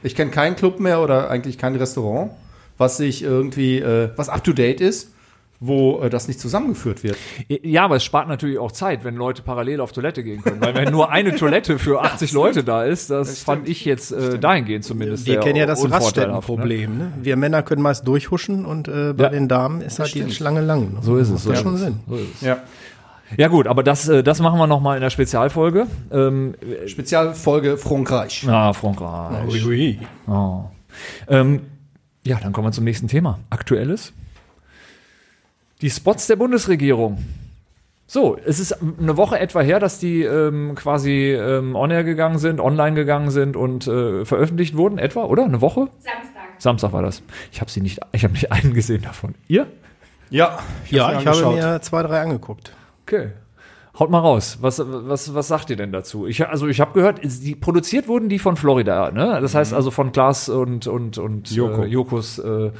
Ich kenne keinen Club mehr oder eigentlich kein Restaurant, was sich irgendwie, äh, was up-to-date ist, wo äh, das nicht zusammengeführt wird. ja, aber es spart natürlich auch Zeit, wenn Leute parallel auf Toilette gehen können. Weil wenn nur eine Toilette für 80 Leute da ist, das, fand ich jetzt äh, dahingehend zumindest. Wir sehr kennen ja das unvorteilhaft, Raststättenproblem. Ne? Wir Männer können meist durchhuschen und äh, bei Ja. den Damen ist halt die Schlange lang. So ist es, so Macht ja ist es. schon Sinn. Ja. Ne? Ja gut, aber das, äh, das machen wir nochmal in der Spezialfolge. Ähm, Spezialfolge Frankreich. ah, Frankreich. Oh. Ähm, ja, dann kommen wir zum nächsten Thema. Aktuelles. Die Spots der Bundesregierung. So, es ist eine Woche etwa her, dass die ähm, quasi ähm, on-air gegangen sind, online gegangen sind und äh, veröffentlicht wurden, etwa, oder? Eine Woche? Samstag. Samstag war das. Ich habe sie nicht, ich habe nicht einen gesehen davon. Ihr? Ja, ich, Ja, ich habe angeschaut. mir zwei, drei angeguckt. Okay. Haut mal raus. Was, was, was sagt ihr denn dazu? Ich, also ich habe gehört, es- die produziert wurden die von Florida, ne? Das heißt also von Klaas und, und, und Joko. Äh, Jokos äh,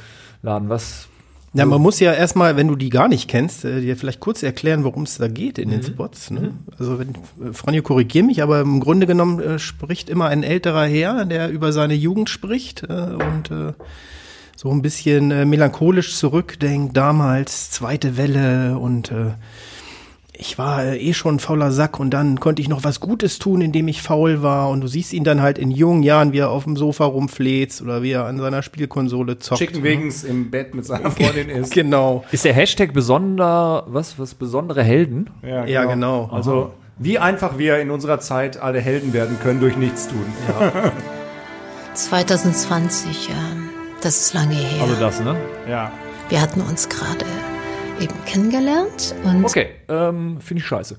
Laden. Was? Ja, man muss ja erstmal, wenn du die gar nicht kennst, äh, dir vielleicht kurz erklären, worum es da geht in den Spots. Ne? Also, wenn, äh, Franjo, korrigier mich, aber im Grunde genommen äh, spricht immer ein älterer Herr, der über seine Jugend spricht äh, und äh, so ein bisschen äh, melancholisch zurückdenkt, damals zweite Welle und äh, ich war äh, eh schon ein fauler Sack und dann konnte ich noch was Gutes tun, indem ich faul war. Und du siehst ihn dann halt in jungen Jahren, wie er auf dem Sofa rumfleht oder wie er an seiner Spielkonsole zockt. Chicken Wiggins im Bett mit seiner Freundin ist. Genau. Ist der Hashtag besonder, was, was besondere Helden? Ja, genau. Also, wie einfach wir in unserer Zeit alle Helden werden können durch Nichtstun. 2020, ja, das ist lange her. Also das, ne? Ja. Wir hatten uns gerade eben kennengelernt und Okay, ähm, finde ich scheiße.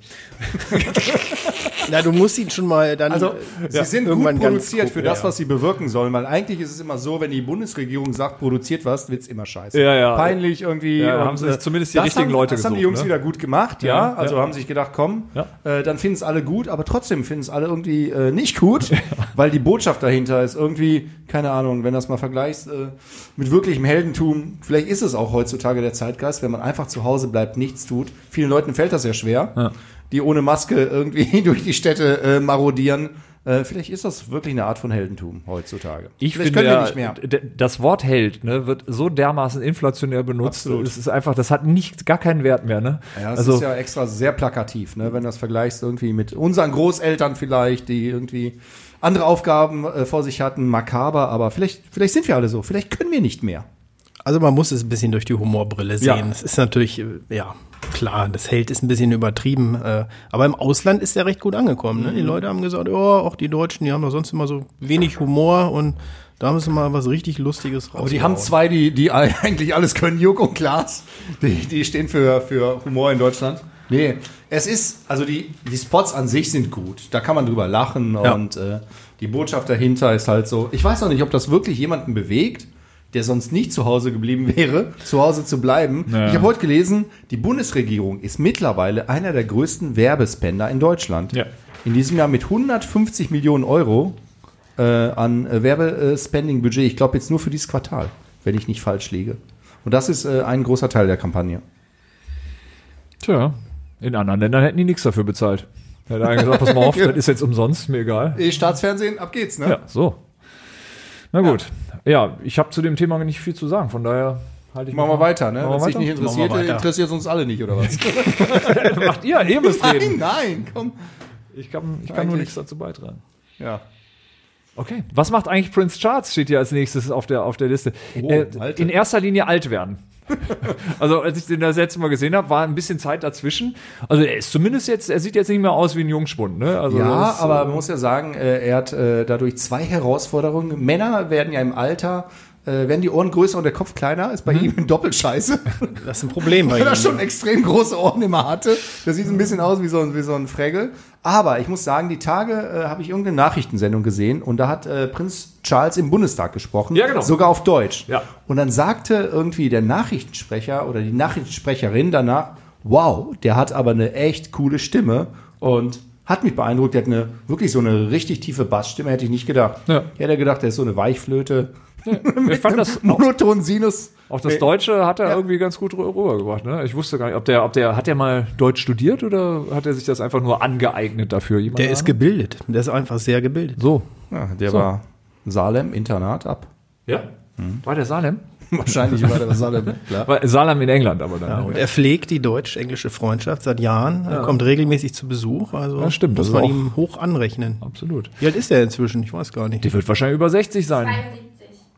Na, du musst ihn schon mal dann. Also, äh, sie ja, sind gut irgendwann ganz produziert für gucken, das, ja. was sie bewirken sollen, weil eigentlich ist es immer so, wenn die Bundesregierung sagt, produziert was, wird's immer scheiße. Ja, ja. Peinlich irgendwie. Ja, da und, haben sie äh, zumindest die das richtigen haben, Leute Das haben die gesucht, Jungs ne? wieder gut gemacht, ja. Ja, also ja. haben sich gedacht, komm, Ja. äh, dann finden's alle gut, aber trotzdem finden's alle irgendwie äh, nicht gut, weil die Botschaft dahinter ist irgendwie, keine Ahnung, wenn das mal vergleichst, äh, mit wirklichem Heldentum, vielleicht ist es auch heutzutage der Zeitgeist, wenn man einfach zu Hause bleibt, nichts tut. Vielen Leuten fällt das sehr schwer, die ohne Maske irgendwie durch die Städte äh, marodieren. Äh, vielleicht ist das wirklich eine Art von Heldentum heutzutage. Ich vielleicht finde können wir ja, nicht mehr. d- das Wort Held ne, wird so dermaßen inflationär benutzt. Absolut. Es ist einfach, das hat nicht gar keinen Wert mehr. Ne? Ja, das also ist ja extra sehr plakativ, ne? wenn du das vergleichst irgendwie mit unseren Großeltern vielleicht, die irgendwie andere Aufgaben äh, vor sich hatten, makaber, aber vielleicht, vielleicht sind wir alle so, vielleicht können wir nicht mehr. Also man muss es ein bisschen durch die Humorbrille Ja. sehen. Das ist natürlich, äh, ja, klar, das Held ist ein bisschen übertrieben. Äh, aber im Ausland ist er recht gut angekommen. Mhm. Ne? Die Leute haben gesagt, ja, auch die Deutschen, die haben doch sonst immer so wenig Humor und da müssen wir mal was richtig Lustiges raus. Aber die haben zwei, die, die eigentlich alles können, Juk und Klaas, die, die stehen für, für Humor in Deutschland. Nee, es ist, also die, die Spots an sich sind gut, da kann man drüber lachen und äh, die Botschaft dahinter ist halt so, ich weiß noch nicht, ob das wirklich jemanden bewegt, der sonst nicht zu Hause geblieben wäre, zu Hause zu bleiben. Ich habe heute gelesen, die Bundesregierung ist mittlerweile einer der größten Werbespender in Deutschland. Ja. In diesem Jahr mit 150 Millionen Euro äh, an äh, Werbespending-Budget. Ich glaube jetzt nur für dieses Quartal, wenn ich nicht falsch liege. Und das ist äh, ein großer Teil der Kampagne. Tja, in anderen Ländern hätten die nichts dafür bezahlt. Hätte einer gesagt, pass mal auf, das ist jetzt umsonst, mir egal. Staatsfernsehen, ab geht's, ne? Ja, so. Na gut. Ja, ich habe zu dem Thema nicht viel zu sagen, von daher halte ich Machen wir weiter, ne? Machen wir Wenn es dich weiter? nicht interessiert, Machen wir weiter. interessiert es uns alle nicht, oder was? Macht ihr, ihr müsst reden. nein, komm. Ich kann, ich kann Eigentlich- nur nichts dazu beitragen. Ja. Okay. Was macht eigentlich Prince Charles? Steht hier als nächstes auf der, auf der Liste. äh, Oh, Alter. in erster Linie alt werden. also, als ich den das letzte Mal gesehen habe, war ein bisschen Zeit dazwischen. Also, er ist zumindest jetzt, er sieht jetzt nicht mehr aus wie ein Jungspund, ne? Also, Ja, das, aber äh, man muss ja sagen, äh, er hat äh, dadurch zwei Herausforderungen. Männer werden ja im Alter, äh, werden die Ohren größer und der Kopf kleiner, ist bei Mhm. ihm Doppelscheiße, Das ist ein Problem bei ne? weil er ihm. schon extrem große Ohren immer hatte. Das sieht ein bisschen aus wie so ein, wie so ein Fregel. Aber ich muss sagen, die Tage äh, habe ich irgendeine Nachrichtensendung gesehen und da hat äh, Prinz Charles im Bundestag gesprochen. Ja, genau. Sogar auf Deutsch. Ja. Und dann sagte irgendwie der Nachrichtensprecher oder die Nachrichtensprecherin danach, wow, der hat aber eine echt coole Stimme und hat mich beeindruckt, der hat eine wirklich so eine richtig tiefe Bassstimme, hätte ich nicht gedacht. Ja. Ich hätte gedacht, der ist so eine Weichflöte. äh, ich fand das auch, Monoton Sinus. auch das Deutsche hat er irgendwie ganz gut rü- rübergebracht, ne? Ich wusste gar nicht, ob der, ob der, hat der mal Deutsch studiert oder hat er sich das einfach nur angeeignet dafür? Jemand Der ist gebildet. Der ist einfach sehr gebildet. so. Ja, der war Salem, Internat ab. Ja. Mhm. War der Salem? Wahrscheinlich war der ne? Salem. Klar. War Salem in England, aber dann. Und er pflegt die deutsch-englische Freundschaft seit Jahren. Er kommt regelmäßig zu Besuch. Also Ja, stimmt. muss Das man ist auch- ihm hoch anrechnen. Absolut. Wie alt ist er inzwischen? Ich weiß gar nicht. Die wird wahrscheinlich über 60 sein.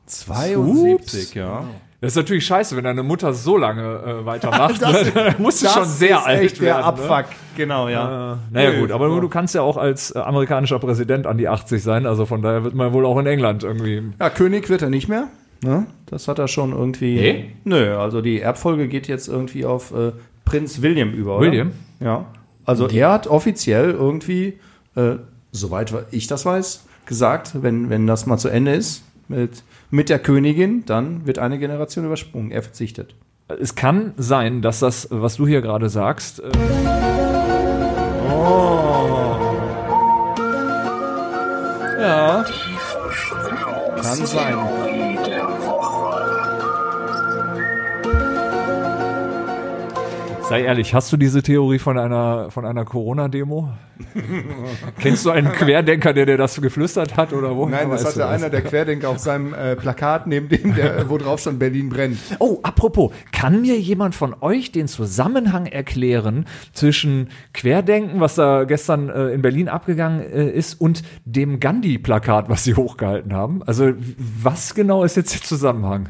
72. 72, ja. Das ist natürlich scheiße, wenn deine Mutter so lange äh, weitermacht. Das- Dann musst du schon sehr alt echt der werden. Abfuck. Genau, ja. Ne? Äh, Naja gut, aber du kannst ja auch als äh, amerikanischer Präsident an die 80 sein, also von daher wird man wohl auch in England irgendwie. Ja, König wird er nicht mehr. Ne? Das hat er schon irgendwie. Nee? Nö, also die Erbfolge geht jetzt irgendwie auf äh, Prinz William über. Oder? William? Ja. Also er hat offiziell irgendwie, äh, soweit ich das weiß, gesagt, wenn, wenn das mal zu Ende ist mit, mit der Königin, dann wird eine Generation übersprungen. Er verzichtet. Es kann sein, dass das, was du hier gerade sagst, äh, Kann sein. sei ehrlich, hast du diese Theorie von einer, von einer Corona-Demo? Kennst du einen Querdenker, der dir das geflüstert hat oder wo? Nein, das hatte einer der Querdenker auf seinem äh, Plakat neben dem, der, äh, wo drauf stand Berlin brennt. Oh, apropos, kann mir jemand von euch den Zusammenhang erklären zwischen Querdenken, was da gestern äh, in Berlin abgegangen äh, ist, und dem Gandhi-Plakat, was sie hochgehalten haben? Also, w- was genau ist jetzt der Zusammenhang?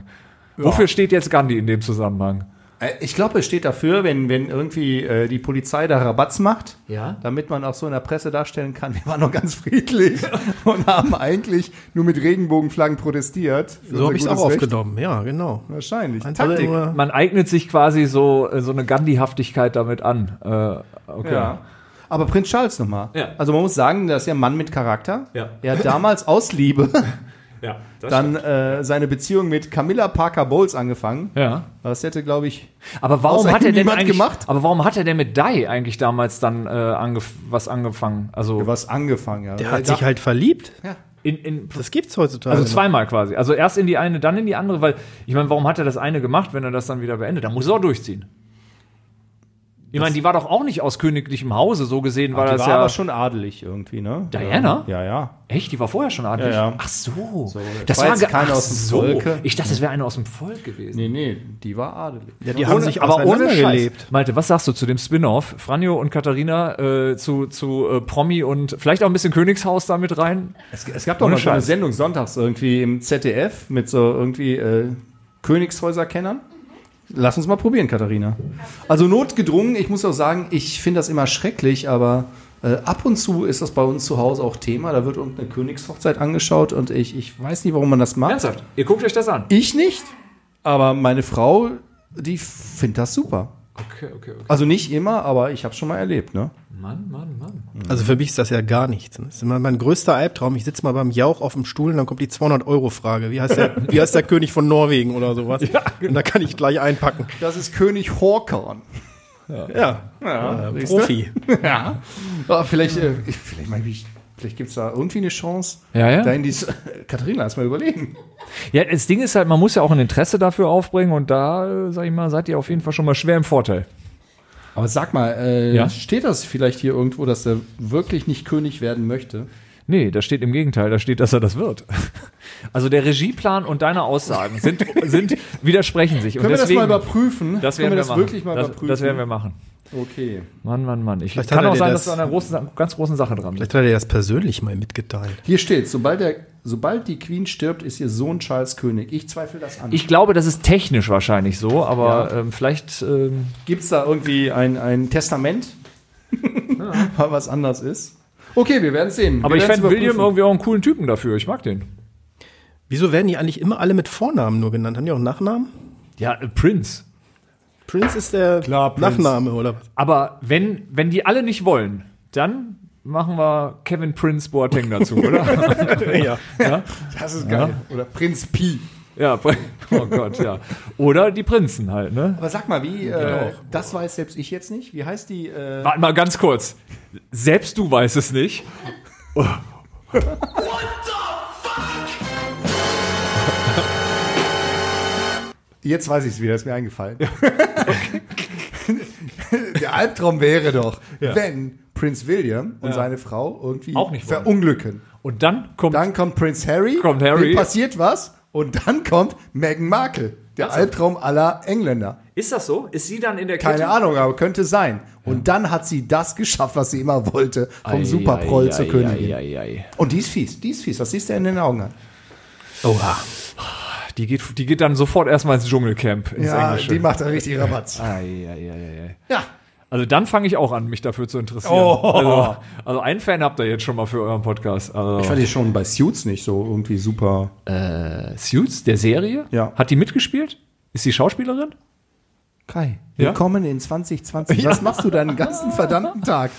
Wofür steht jetzt Gandhi in dem Zusammenhang? Äh, Ich glaube, es steht dafür, wenn, wenn irgendwie äh, die Polizei da Rabatz macht, Ja. damit man auch so in der Presse darstellen kann, wir waren noch ganz friedlich und haben eigentlich nur mit Regenbogenflaggen protestiert. für So unser habe ich es auch gutes Recht. aufgenommen. Ja, genau. Wahrscheinlich. Einfach nur- Man eignet sich quasi so, äh, so eine Gandhi-Haftigkeit damit an. Äh, okay. Ja. Aber Prinz Charles nochmal. Ja. Also man muss sagen, das ist ja ein Mann mit Charakter. Ja. Er hat damals aus Liebe ja dann äh, seine Beziehung mit Camilla Parker Bowles angefangen. ja. Das hätte, glaube ich, Aber warum Außer hat er ihm denn niemand eigentlich, gemacht? Aber warum hat er denn mit Dai eigentlich damals dann äh, angef was angefangen? Also was angefangen. Ja. Der Weil hat da- sich halt verliebt. in, in Das gibt's heutzutage. Also noch. zweimal quasi. Also erst in die eine, dann in die andere, weil ich meine, warum hat er das eine gemacht, wenn er das dann wieder beendet? Dann muss er auch durchziehen. Ich meine, die war doch auch nicht aus königlichem Hause, so gesehen war die das war ja. aber schon adelig irgendwie, ne? Diana? Ja, ja. Echt, die war vorher schon adelig. Ja, ja. Ach so. das war jetzt ge- keine ach aus dem so. Volke. Ich dachte, das wäre eine aus dem Volk gewesen. Nee, nee, die war adelig. ja, die haben sich aber ohne Scheiß. auseinandergelebt. Malte, was sagst du zu dem Spin-off? Franjo und Katharina äh, zu, zu äh, Promi und vielleicht auch ein bisschen Königshaus damit rein? Es, es gab doch Ohne mal so eine Scheiß. Sendung sonntags irgendwie im ZDF mit so irgendwie äh, Königshäuserkennern. Lass uns mal probieren, Katharina. Also notgedrungen, ich muss auch sagen, ich finde das immer schrecklich, aber äh, ab und zu ist das bei uns zu Hause auch Thema. Da wird irgendeine Königshochzeit angeschaut und ich, ich weiß nicht, warum man das macht. Ernsthaft, ihr guckt euch das an. Ich nicht, aber meine Frau, die findet das super. Okay, okay, okay. Also nicht immer, aber ich habe es schon mal erlebt, ne? Mann, Mann, Mann. Also für mich ist das ja gar nichts. ne? Das ist immer mein größter Albtraum. Ich sitze mal beim Jauch auf dem Stuhl und dann kommt die 200-Euro-Frage. Wie, heißt der- wie heißt der König von Norwegen oder sowas? Und da kann ich gleich einpacken. Das ist König Horkorn. Ja, Ja, äh, Profi. Ja. Aber vielleicht, äh, ich- vielleicht, mein ich, vielleicht gibt es da irgendwie eine Chance. Ja, ja. Da in dieses, Katharina, lass mal überlegen. Ja, das Ding ist halt, man muss ja auch ein Interesse dafür aufbringen und da, äh, sag ich mal, seid ihr auf jeden Fall schon mal schwer im Vorteil. Aber sag mal, äh, Ja? steht das vielleicht hier irgendwo, dass er wirklich nicht König werden möchte? Nee, da steht im Gegenteil, da steht, dass er das wird. Also der Regieplan und deine Aussagen sind, sind widersprechen sich. und Können wir das deswegen, mal überprüfen? Das werden Können wir wir, das machen. wirklich mal das, überprüfen? das werden wir machen. Okay. Mann, Mann, Mann. Ich Vielleicht hat kann er auch dir sein, das- dass du an einer großen, ganz großen Sache dran bist. Vielleicht hat er dir das persönlich mal mitgeteilt. Hier steht, sobald, der, sobald die Queen stirbt, ist ihr Sohn Charles König. Ich zweifle das an. Ich glaube, das ist technisch wahrscheinlich so, aber ähm, vielleicht ähm, Gibt es da irgendwie ein, ein Testament? Weil was anders ist. Okay, wir werden sehen. Aber wir ich werden's fände William überprüfen. irgendwie auch einen coolen Typen dafür. Ich mag den. Wieso werden die eigentlich immer alle mit Vornamen nur genannt? Haben die auch einen Nachnamen? Ja, äh, Prince. Prince ist der Klar, Prince. Nachname, oder was? Aber wenn, wenn die alle nicht wollen, dann machen wir Kevin Prince Boateng dazu, oder? Das ist geil. Oder Prinz Pi. ja, Prin- oh Gott, ja. Oder die Prinzen halt, ne? Aber sag mal, wie, äh, das weiß selbst ich jetzt nicht. Wie heißt die? Äh, Warte mal ganz kurz. Selbst du weißt es nicht. jetzt weiß ich es wieder, ist mir eingefallen. Der Albtraum wäre doch, wenn Prinz William und seine Frau irgendwie Auch nicht wollen. verunglücken. Und dann kommt. Dann kommt Prinz Harry, Kommt Harry. dem passiert was und dann kommt Meghan Markle, der Albtraum aller Engländer. Ist das so? Ist sie dann in der Keine Ahnung, aber könnte sein. Und dann hat sie das geschafft, was sie immer wollte, vom Superproll zur Königin. Und die ist fies, die ist fies, das siehst du in den Augen an. Oha. Die geht, die geht dann sofort erstmal ins Dschungelcamp, ins Ja, Englische. die macht da richtig Rabatz. Ei, ei, ei, ei, ei. Ja, Also dann fange ich auch an, mich dafür zu interessieren. Oh. Also, also einen Fan habt ihr jetzt schon mal für euren Podcast. Also, fand die schon bei Suits nicht so irgendwie super. Suits, der Serie? Ja. Hat die mitgespielt? Ist die Schauspielerin? Kai, Ja? willkommen in 2020. Was machst du deinen ganzen verdammten Tag?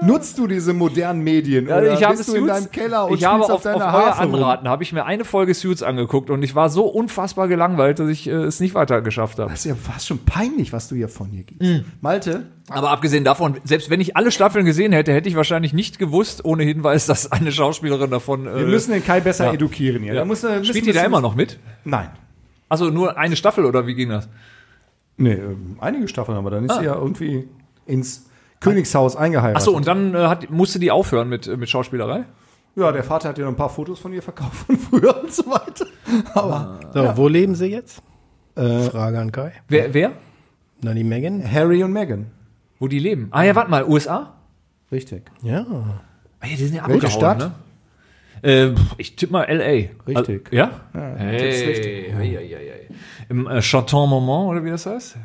Nutzt du diese modernen Medien? oder bist du in deinem Keller und ich habe spielst auf, auf, deiner euer Harfe rum? Anraten habe ich mir eine Folge Suits angeguckt und ich war so unfassbar gelangweilt, dass ich äh, es nicht weiter geschafft habe. Das ist ja fast schon peinlich, was du hier von hier gibst. Hm. Malte, Aber abgesehen davon, selbst wenn ich alle Staffeln gesehen hätte, hätte ich wahrscheinlich nicht gewusst, ohne Hinweis, dass eine Schauspielerin davon. äh, wir müssen den Kai besser edukieren hier. ja. Da muss, äh, müssen- Spielt die da müssen- immer noch mit? Nein. Also nur eine Staffel oder wie ging das? Nee, ähm, einige Staffeln, aber dann ist sie ja irgendwie ins Königshaus eingeheiratet. Achso, und dann äh, hat, musste die aufhören mit, äh, mit Schauspielerei? ja, der Vater hat ja noch ein paar Fotos von ihr verkauft von früher und so weiter. Aber So, wo leben sie jetzt? Äh, Frage an Kai. Wer? wer? Na, die Megan? Harry und Meghan. Wo die leben? Ah ja, warte mal, USA? Richtig. Ja. Ey, die sind Ah ja Welche abgehauen, Stadt? ne? Äh, ich tippe mal L.A. Richtig. Also, ja? hey, richtig. Hei, hei, hei. Im äh, Chantant-Moment, oder wie das heißt?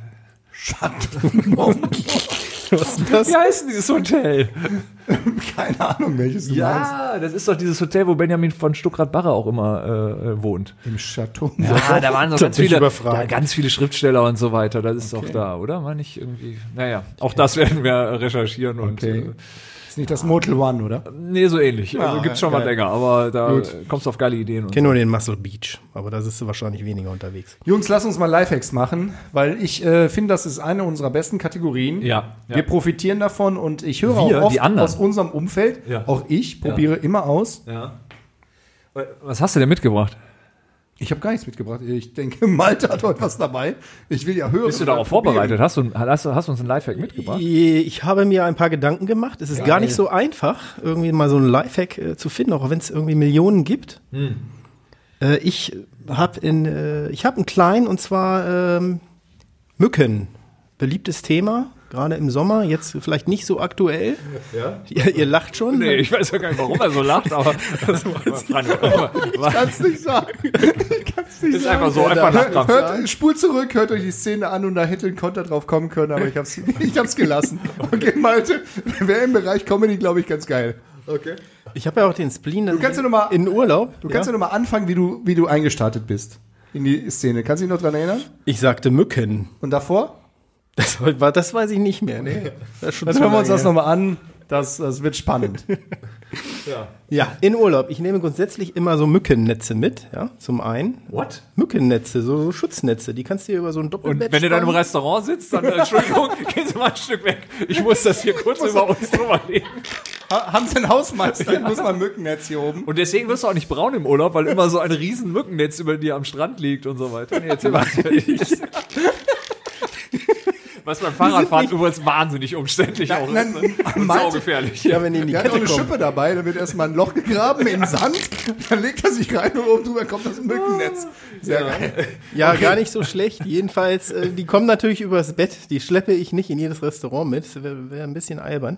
Was ist das? Wie heißt denn dieses Hotel? Keine Ahnung, welches du meinst. Ja, das ist doch dieses Hotel, wo Benjamin von Stuckrad-Barre auch immer äh, äh, wohnt. Im Chateau. Ah, da waren so ganz bin ich viele, überfragt. da ganz viele Schriftsteller und so weiter. Das ist doch da, oder? Meine ich irgendwie. Naja, auch das werden wir recherchieren und. Okay. Äh, Ist nicht das Motel One, oder? Nee, so ähnlich. also gibt's schon mal länger, aber da kommst du auf geile Ideen. Und Ich kenne nur den Muscle Beach, aber da ist du wahrscheinlich weniger unterwegs. Jungs, lass uns mal Lifehacks machen, weil ich äh, finde, das ist eine unserer besten Kategorien. Ja, ja. Wir profitieren davon und ich höre Wir, auch die oft anderen. aus unserem Umfeld, Ja. auch ich probiere immer aus. ja. Was hast du denn mitgebracht? Ich habe gar nichts mitgebracht. Ich denke, Malte hat heute was dabei. Ich will ja hören. Bist du darauf vorbereitet? Hast du, hast, du- hast du uns ein Lifehack mitgebracht? Ich habe mir ein paar Gedanken gemacht. Es ist gar nicht so einfach, irgendwie mal so ein Lifehack äh, zu finden, auch wenn es irgendwie Millionen gibt. Äh, ich habe in, äh, ich habe einen kleinen und zwar ähm, Mücken. Beliebtes Thema, gerade im Sommer, jetzt vielleicht nicht so aktuell. Ihr, ihr lacht schon. Nee, ich weiß ja gar nicht, warum er so lacht, aber das war, Kannst nicht sagen. ist einfach so, einfach Lachkrampf. Hört, spult zurück, hört euch die Szene an und da hätte ein Konter drauf kommen können, aber ich hab's, ich hab's gelassen. Okay, Malte, wäre im Bereich Comedy, glaube ich, ganz geil. Okay. Ich habe ja auch den Spleen. Du kannst ja noch mal- in Urlaub. Du kannst ja, noch mal anfangen, wie du, wie du eingestartet bist in die Szene. Kannst du dich noch dran erinnern? Ich sagte Mücken. Und davor? Das, war, das weiß ich nicht mehr. Nee. Das ist schon Dann Also zu hören wir uns lange das her. nochmal an. Das, das wird spannend. Ja, in Urlaub. Ich nehme grundsätzlich immer so Mückennetze mit, ja, zum einen. What? Mückennetze, so, so Schutznetze, die kannst du dir über so ein Und Doppelbett wenn du dann im spannen. Restaurant sitzt, dann, äh, Entschuldigung, gehen Sie mal ein Stück weg. Ich muss das hier kurz über uns drüber legen. Ha- Haben Sie einen Hausmeister? Ich muss mal ein Mückennetz hier oben. Und deswegen wirst du auch nicht braun im Urlaub, weil immer so ein riesen Mückennetz über dir am Strand liegt und so weiter. Nee, erzähl mal. Was beim Fahrradfahren übrigens wahnsinnig umständlich auch nein, ist. Ne? Und Malte- saugefährlich. Ja, wenn die in die Der hat auch eine Kette kommt. Schippe dabei, da wird erstmal ein Loch gegraben im Sand, dann legt er sich rein und oben drüber kommt das Mückennetz. Sehr geil. Ja, gar nicht so schlecht. Jedenfalls, äh, die kommen natürlich übers Bett. Die schleppe ich nicht in jedes Restaurant mit. Das wäre wär ein bisschen albern.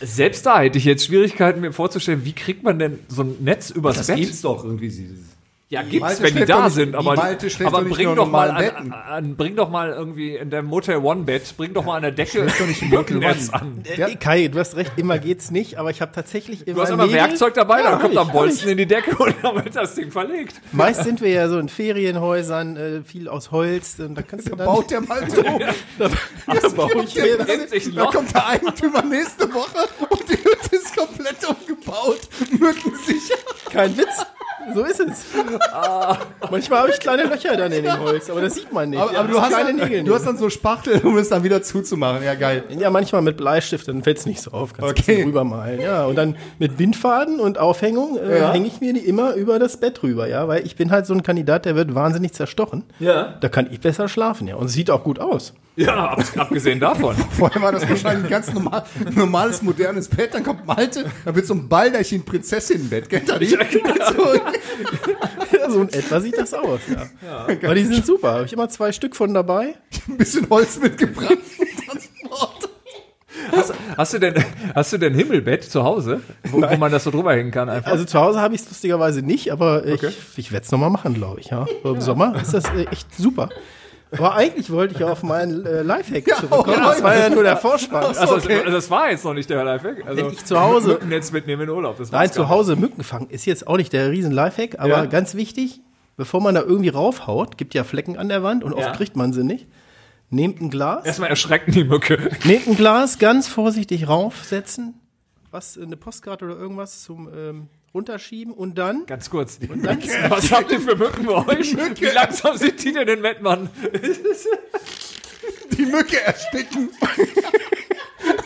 Selbst da hätte ich jetzt Schwierigkeiten, mir vorzustellen, wie kriegt man denn so ein Netz übers Das Bett? gibt's doch irgendwie. dieses- Ja, Malte gibt's, wenn die schläft da doch nicht- sind, die aber, Malte schläft aber doch nicht bring nur doch mal normal an, Betten. an, bring doch mal irgendwie in deinem Motel One Bett, bring doch mal an der Decke ein Mückennetz an. Äh, Kai, du hast recht, immer geht's nicht, aber ich habe tatsächlich immer. Du Äh, hast immer Nägel. Werkzeug dabei, Ja, dann kommt hab am ich, Bolzen in die Decke und dann wird das Ding verlegt. hab ich. Meist sind wir ja so in Ferienhäusern, äh, viel aus Holz. Und da kannst du dann, Baut der mal so. da baue ich mir dann. Nimmt sich ein Da Loch. kommt der Eigentümer nächste Woche und die Hütte ist komplett umgebaut. Mücken sicher. Kein Witz. So ist es. Manchmal habe ich kleine Löcher dann in dem Holz, aber das sieht man nicht. Ah. Aber, Ja, aber du, das hast kleine dann, Nägel du hast dann so Spachtel, um es dann wieder zuzumachen. Ja, geil. Ja, manchmal mit Bleistift, dann fällt's nicht so auf. Kannst Okay. okay. rübermalen. Ja, und dann mit Bindfaden und Aufhängung äh, Ja. hänge ich mir die immer über das Bett rüber, ja, weil ich bin halt so ein Kandidat, der wird wahnsinnig zerstochen. Ja. Da kann ich besser schlafen, ja. Und es sieht auch gut aus. Ja, ab- abgesehen davon. Vorher war das wahrscheinlich ein ganz normal, normales, modernes Bett. Dann kommt Malte, dann wird so ein Balderchen-Prinzessin-Bett. Kennt ihr die? So, genau. Ja, so in etwa sieht das aus, ja. Aber die sind super. Habe ich immer zwei Stück von dabei. ein bisschen Holz mitgebracht. Transport. Hast, hast, du denn, hast du denn Himmelbett zu Hause, wo, wo man das so drüber hängen kann? Einfach? Also zu Hause habe ich es lustigerweise nicht, aber ich, Okay. ich werde es nochmal machen, glaube ich. Ja. Im Sommer ist das äh, echt super. Aber eigentlich wollte ich ja auf meinen äh, Lifehack zurückkommen. oh, das war ja nur der Vorspann. Also, das, das war jetzt noch nicht der Lifehack. Also, Wenn ich zu Hause- Mückennetz mitnehmen in den Urlaub. Das Nein, war's zu gar nicht. Hause Mücken fangen ist jetzt auch nicht der riesen Lifehack, aber Ja. ganz wichtig, bevor man da irgendwie raufhaut, gibt ja Flecken an der Wand und oft Ja. kriegt man sie nicht. Nehmt ein Glas, Erstmal erschrecken die Mücke. nehmt ein Glas, ganz vorsichtig raufsetzen, was eine Postkarte oder irgendwas zum ähm, runterschieben und dann Ganz kurz. was habt ihr für Mücken bei euch? Wie langsam sind die denn in Mettmann? Die Mücke ersticken.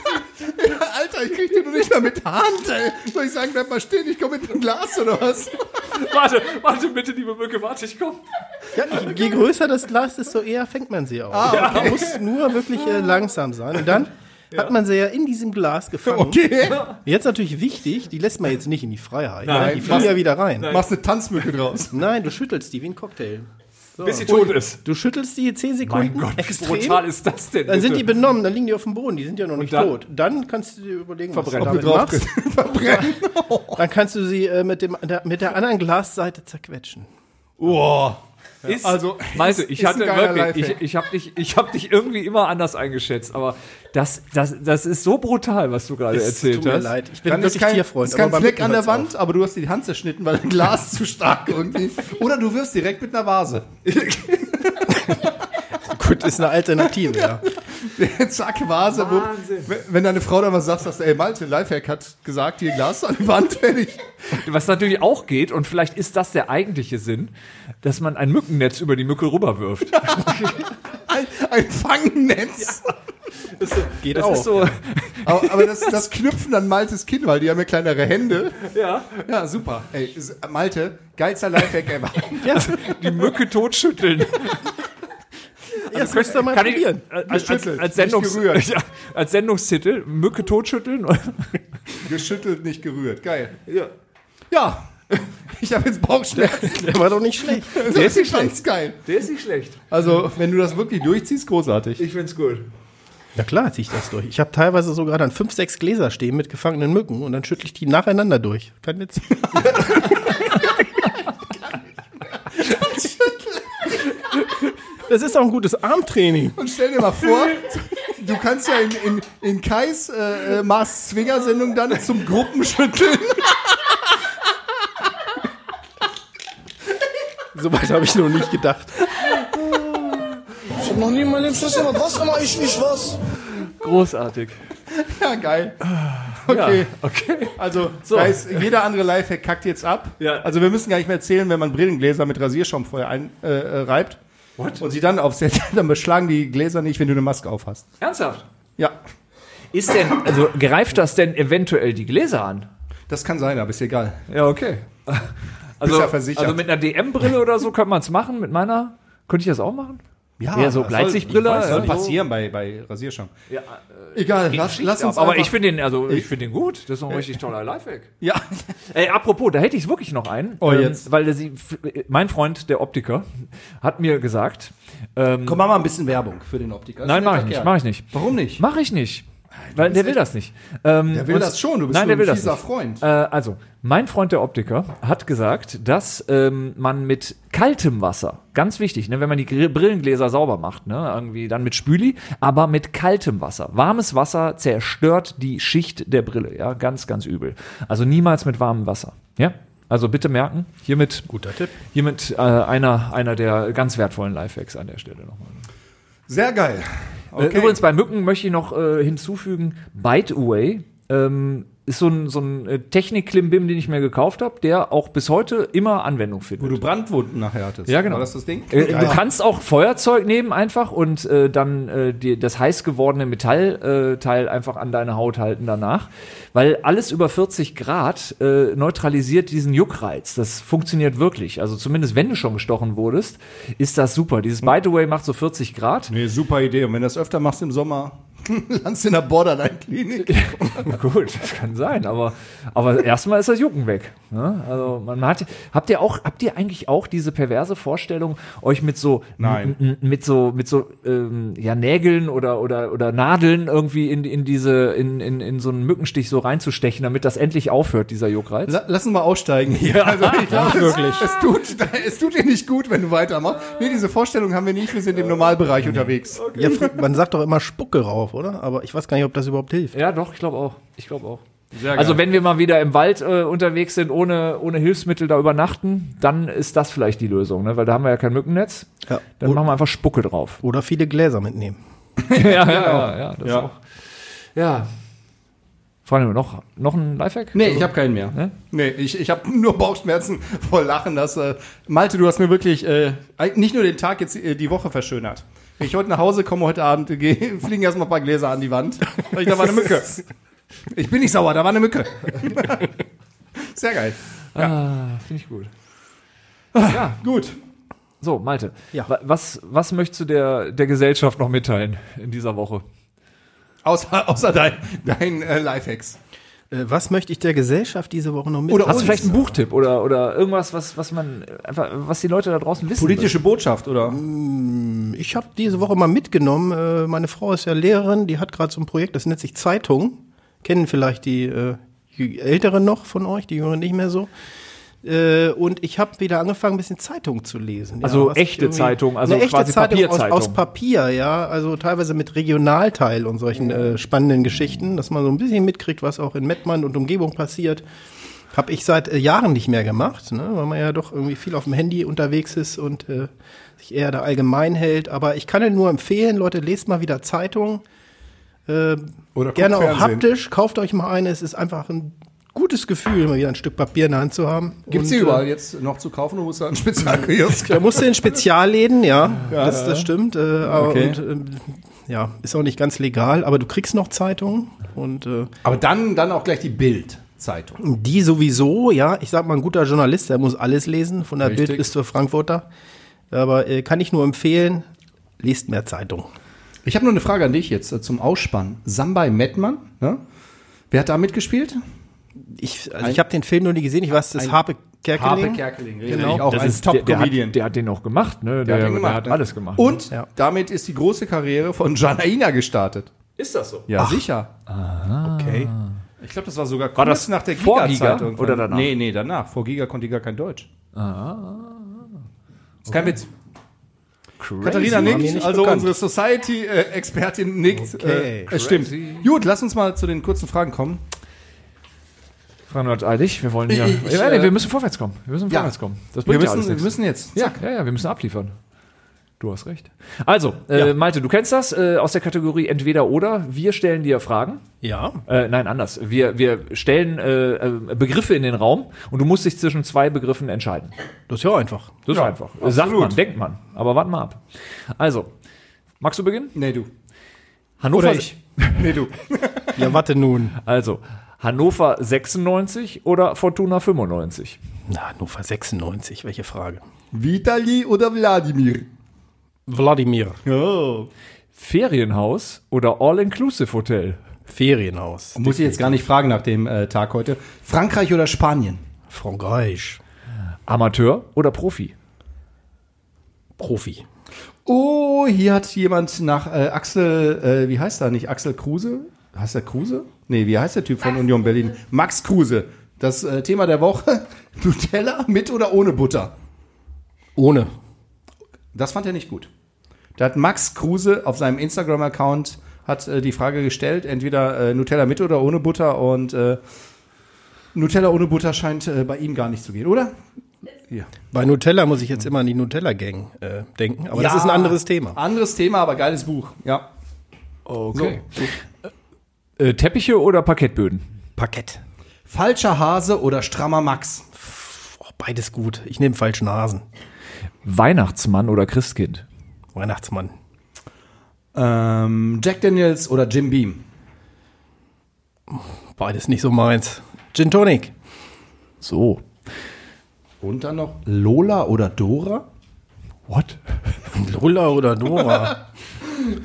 Alter, ich krieg die nur nicht mehr mit der Hand, ey. Soll ich sagen, bleib mal stehen, ich komme mit einem Glas oder was? Warte, warte bitte, liebe Mücke, warte, ich komm. Ja, Also, je größer das Glas, desto eher fängt man sie Ah, auch. Man muss nur wirklich äh, langsam sein. Und dann hat man sie ja in diesem Glas gefangen. Okay. Jetzt natürlich wichtig, die lässt man jetzt nicht in die Freiheit. ne? Nein, die fliegen ja wieder rein. Nein. Machst eine Tanzmücke draus. du schüttelst die wie ein Cocktail. Bis sie tot ist. Du schüttelst die 10 Sekunden Mein Gott, wie extrem. brutal ist das denn? dann sind die bitte? benommen, dann liegen die auf dem Boden, die sind ja noch nicht dann- tot. Dann kannst du dir überlegen, Verbrennen. was du damit Drauf machst. verbrennen. Dann kannst du sie äh, mit, dem, der, mit der anderen Glasseite zerquetschen. Boah. Ist, also, also, Malte, ist- ich ist hatte ein geiler wirklich, ich, Lifehack. ich habe dich, ich hab dich irgendwie immer anders eingeschätzt, aber das, das, das ist so brutal, was du gerade erzählt tut mir hast. leid, ich bin Dann ist wirklich kein, Tierfreund. ist kein aber bei Fleck Mücken an der hört's auf. Wand, aber du hast dir die Hand zerschnitten, weil dein Glas zu stark irgendwie. Oder du wirfst direkt mit einer Vase. Gut, ist eine Alternative, ja. Zack, Vase. Wo, wenn- wenn deine Frau dann was sagt, sagst du, ey, Malte, Lifehack hat gesagt, hier Glas an die Wand, fertig. Was natürlich auch geht, und vielleicht ist das der eigentliche Sinn, dass man ein Mückennetz über die Mücke rüberwirft. Ein, ein Fangnetz. Geht Das ist so, Aber, aber das, das knüpfen an Maltes Kinn, weil die haben ja kleinere Hände. ja. Ja, super. Ey, ist- Malte, geilster Lifehack ever. Also, Die Mücke totschütteln. also Ja, das müsst ihr mal Kann ich, äh, probieren. äh, als, als, Geschüttelt, als, nicht Sendungs gerührt. ja, als Sendungstitel Mücke totschütteln. Geschüttelt, nicht gerührt. Geil. Ja. Ja. Ich habe jetzt Bauchschmerzen. Der war doch nicht schlecht. Der ist ganz geil. Der ist nicht schlecht. Also, wenn du das wirklich durchziehst, großartig. Ich find's gut. Na klar ziehe ich das durch. Ich habe teilweise sogar dann fünf, sechs Gläser stehen mit gefangenen Mücken und dann schüttle ich die nacheinander durch. Kein Witz. Das ist auch ein gutes Armtraining. Und stell dir mal vor, du kannst ja in, in, in Kais äh, äh, Mars Zwinger Sendung dann zum Gruppenschütteln. Soweit habe ich noch nicht gedacht. Ich hab noch nie in meinem Leben Stress gemacht. Was immer ich nicht was? Großartig. Ja, geil. Okay. Okay. Also, Kais, jeder andere Lifehack kackt jetzt ab. Ja. Also, wir müssen gar nicht mehr erzählen, wenn man Brillengläser mit Rasierschaum vorher ein, äh, äh, reibt und sie dann aufsetzt, dann beschlagen die Gläser nicht, wenn du eine Maske aufhast. Ernsthaft? Ja, Ist denn, also greift das denn eventuell die Gläser an? das kann sein, aber ist egal. Ja, okay. Also, ja versichert. also mit einer DM-Brille oder so könnte man es machen. Mit meiner könnte ich das auch machen? Ja, Eher so soll- Gleitsichtbrille, ich weiß, Soll ja. passieren bei, bei Rasierschaum. Ja, Egal, lass, lass uns aber einfach- ich finde den, also ich finde den gut. Das ist noch ein richtig toller Lifehack. Ja, Ey, apropos, da hätte ich wirklich noch einen. Ähm, Oh, jetzt. Weil der, sie- mein Freund, der Optiker, hat mir gesagt. Ähm, komm, mach mal ein bisschen Werbung für den Optiker. nein, mache ich nicht, mache ich nicht. Warum nicht? Mache ich nicht. Weil der will das nicht. Ähm, Der will und- das schon, du bist nein, nur der will ein das fieser nicht. Freund. Äh, also, mein Freund der Optiker hat gesagt, dass ähm, man mit kaltem Wasser, ganz wichtig, ne, wenn man die Gr- Brillengläser sauber macht, ne, irgendwie dann mit Spüli, aber mit kaltem Wasser. Warmes Wasser zerstört die Schicht der Brille, ja, ganz, ganz übel. Also niemals mit warmem Wasser, ja. Also bitte merken, hiermit, Guter Tipp. hiermit äh, einer, einer der ganz wertvollen Lifehacks an der Stelle nochmal. Sehr geil. Äh, Übrigens bei Mücken möchte ich noch äh, hinzufügen, Bite Away ähm, ist so ein, so ein äh, Technik-Klimbim, den ich mir gekauft habe, der auch bis heute immer Anwendung Wo findet. du Brandwunden nachher hattest. Ja, genau. War das das Ding? Äh, Du kannst auch Feuerzeug nehmen einfach und äh, dann äh, die, das heiß gewordene Metallteil äh, Teil einfach an deine Haut halten danach, weil alles über 40 Grad äh, neutralisiert diesen Juckreiz. Das funktioniert wirklich. Also zumindest wenn du schon gestochen wurdest, ist das super. Dieses Bite Away macht so 40 Grad. Nee, super Idee. Und wenn du das öfter machst im Sommer, landest du in der Borderline-Klinik. Gut, das kann sein, aber, aber erstmal ist das Jucken weg. Ne? Also man hat, habt ihr auch, habt ihr eigentlich auch diese perverse Vorstellung, euch mit so, Nein. m- m- mit so, mit so ähm, ja, Nägeln oder, oder, oder Nadeln irgendwie in, in diese, in, in, in so einen Mückenstich so reinzustechen, damit das endlich aufhört, dieser Juckreiz? La- Lass uns mal aussteigen hier. Also ich glaube, wirklich. Es, es, tut, es tut dir nicht gut, wenn du weitermachst. Nee, diese Vorstellung haben wir nicht. Wir sind im Normalbereich unterwegs. Ja, fr- man sagt doch immer Spucke rauf, oder? Aber ich weiß gar nicht, ob das überhaupt hilft. Ja, doch, ich glaube auch. Ich glaube auch. Also wenn wir mal wieder im Wald äh, unterwegs sind, ohne, ohne Hilfsmittel da übernachten, dann ist das vielleicht die Lösung, ne? weil da haben wir ja kein Mückennetz. Ja. Dann machen wir einfach Spucke drauf. Oder viele Gläser mitnehmen. ja, ja, ja, ja, das Ja. auch. Ja. Freunde, noch, noch ein Lifehack? Nee, ich habe keinen mehr. Ne? Nee, ich, ich habe nur Bauchschmerzen vor Lachen. Dass, äh, Malte, du hast mir wirklich äh, nicht nur den Tag, jetzt äh, die Woche verschönert. Wenn ich heute nach Hause komme, heute Abend, äh, geh, fliegen erstmal ein paar Gläser an die Wand. Weil ich, da war eine Mücke. Ich bin nicht sauer, da war eine Mücke. Sehr geil. Ah, Finde ich gut. Ja, Gut. so, Malte. Ja. wa- Was, was möchtest du der, der Gesellschaft noch mitteilen in dieser Woche? Außer, außer dein, dein äh, Lifehacks. Äh, was möchte ich der Gesellschaft diese Woche noch mit? Oder Hast du uns. vielleicht einen Buchtipp oder, oder irgendwas, was, was man äh, einfach, was die Leute da draußen wissen? Politische Botschaft, oder? Ähm, Ich habe diese Woche mal mitgenommen. Äh, meine Frau ist ja Lehrerin, die hat gerade so ein Projekt, das nennt sich Zeitung. Kennen vielleicht die äh, Jü- Älteren noch von euch, die Jüngeren nicht mehr so. Äh, und ich habe wieder angefangen, ein bisschen Zeitung zu lesen. Also was ich echte irgendwie- Zeitung, also eine echte quasi Zeitung Papierzeitung. Aus, aus Papier, ja. Also teilweise mit Regionalteil und solchen äh, spannenden Geschichten, dass man so ein bisschen mitkriegt, was auch in Mettmann und Umgebung passiert. Habe ich seit äh, Jahren nicht mehr gemacht, ne? weil man ja doch irgendwie viel auf dem Handy unterwegs ist und äh, sich eher da allgemein hält. Aber ich kann Ihnen nur empfehlen, Leute, lest mal wieder Zeitungen. Äh, Oder guckt gerne auch Fernsehen. haptisch, kauft euch mal eine. Es ist einfach ein gutes Gefühl, mal wieder ein Stück Papier in der Hand zu haben. Gibt's Und, die äh, überall jetzt noch zu kaufen oder musst du einen Spezialkiosk? Da musst du in Spezialläden, ja, das, das stimmt. Äh, aber Okay. und, ähm, ja, ist auch nicht ganz legal, aber du kriegst noch Zeitungen und äh, Aber dann, dann auch gleich die Bild-Zeitung. Die sowieso, ja. Ich sag mal, ein guter Journalist, der muss alles lesen, von der Richtig. Bild bis zur Frankfurter. Aber äh, kann ich nur empfehlen, lest mehr Zeitung. Ich habe nur eine Frage an dich jetzt äh, zum Ausspannen. Sambay Mettmann, ne? Wer hat da mitgespielt? Ich, also ich habe den Film noch nie gesehen, ich weiß, das ist Harpe Kerkeling. Kerkeling, Genau. genau. Auch das ein ist Also, der, der, hat, Top-Comedian. der hat den auch gemacht, ne? Der, hat der, den hat ne? alles gemacht. Und Ja. damit ist die große Karriere von Janaina gestartet. ist das so? Ja, sicher. Okay. Ich glaube, das war sogar kurz Ah. das nach der vor Giga-Zeit Giga irgendwann. oder danach? Nee, nee, danach. Vor Giga konnte die gar kein Deutsch. Ah. Ist kein Witz. Katharina War mir nickt, nicht also bekannt. unsere Society-Expertin nickt. Okay. Äh, es stimmt. Gut, lass uns mal zu den kurzen Fragen kommen. Fragen wir uns eilig, wir wollen hier. Ich- ich, ja, nee, äh, wir müssen vorwärts kommen. Wir müssen ja. vorwärts kommen. Das Wir bringt ja alles müssen, wir nichts. müssen jetzt. Ja, ja, ja, wir müssen abliefern. Du hast recht. Also, äh, Malte, du kennst das äh, aus der Kategorie entweder oder. Wir stellen dir Fragen. Ja. Äh, nein, anders. Wir, wir stellen äh, äh, Begriffe in den Raum und du musst dich zwischen zwei Begriffen entscheiden. Das ist ja einfach. Das ist einfach. Äh, Sagt man, denkt man. Aber warten mal ab. Also, magst du beginnen? Nee, du. Hannover. Oder ich. Nee, du. Ja, warte nun. Also, Hannover 96 oder Fortuna 95? Na, Hannover 96, welche Frage? Vitali oder Wladimir? Wladimir. Ferienhaus oder All-Inclusive-Hotel? Ferienhaus. Muss ich jetzt gar nicht fragen nach dem äh, Tag heute. Frankreich oder Spanien? Frankreich. Amateur oder Profi? Profi. Oh, hier hat jemand nach äh, Axel, äh, wie heißt er nicht? Axel Kruse? Heißt er Kruse? Nee, wie heißt der Typ von Union Berlin? Max Kruse. Das äh, Thema der Woche: Nutella mit oder ohne Butter? Ohne. Das fand er nicht gut. Da hat Max Kruse auf seinem Instagram-Account hat äh, die Frage gestellt, entweder äh, Nutella mit oder ohne Butter und äh, Nutella ohne Butter scheint äh, bei ihm gar nicht zu gehen, oder? Bei Nutella muss ich jetzt immer an die Nutella-Gang äh, denken, aber das ist ein anderes Thema. Anderes Thema, aber geiles Buch. Ja. Okay. So. Äh, Teppiche oder Parkettböden? Parkett. Falscher Hase oder strammer Max? Oh, beides gut. Ich nehme falschen Hasen. Weihnachtsmann oder Christkind? Weihnachtsmann. Ähm, Jack Daniels oder Jim Beam? Beides nicht so meins. Gin Tonic. So. Und dann noch Lola oder Dora? What? Lulla oder Dora.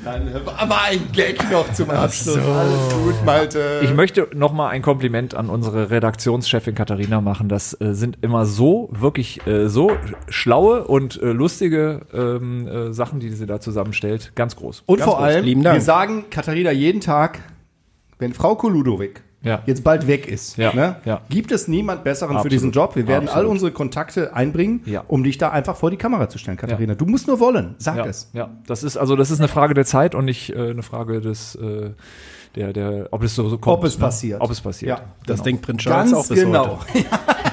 Nein, äh, aber ein Gag noch zum Abschluss. Alles gut, Malte. Ich möchte noch mal ein Kompliment an unsere Redaktionschefin Katharina machen. Das äh, sind immer so wirklich äh, so schlaue und äh, lustige ähm, äh, Sachen, die sie da zusammenstellt. Ganz groß. Und Ganz vor groß, allem, lieben Dank. wir sagen Katharina jeden Tag, wenn Frau Koludovic Ja. jetzt bald weg ist, Ja, Ne, ja. gibt es niemand Besseren für Absolut, diesen Job. Wir werden all absolut. unsere Kontakte einbringen, Ja. um dich da einfach vor die Kamera zu stellen, Katharina. Du musst nur wollen, sag Ja, es. ja, das ist also das ist eine Frage der Zeit und nicht äh, eine Frage des äh, der der ob es so, so kommt, ne? Ob es passiert. ob es passiert. Ja, Das Genau. denkt Prinz Charles auch bis heute. genau.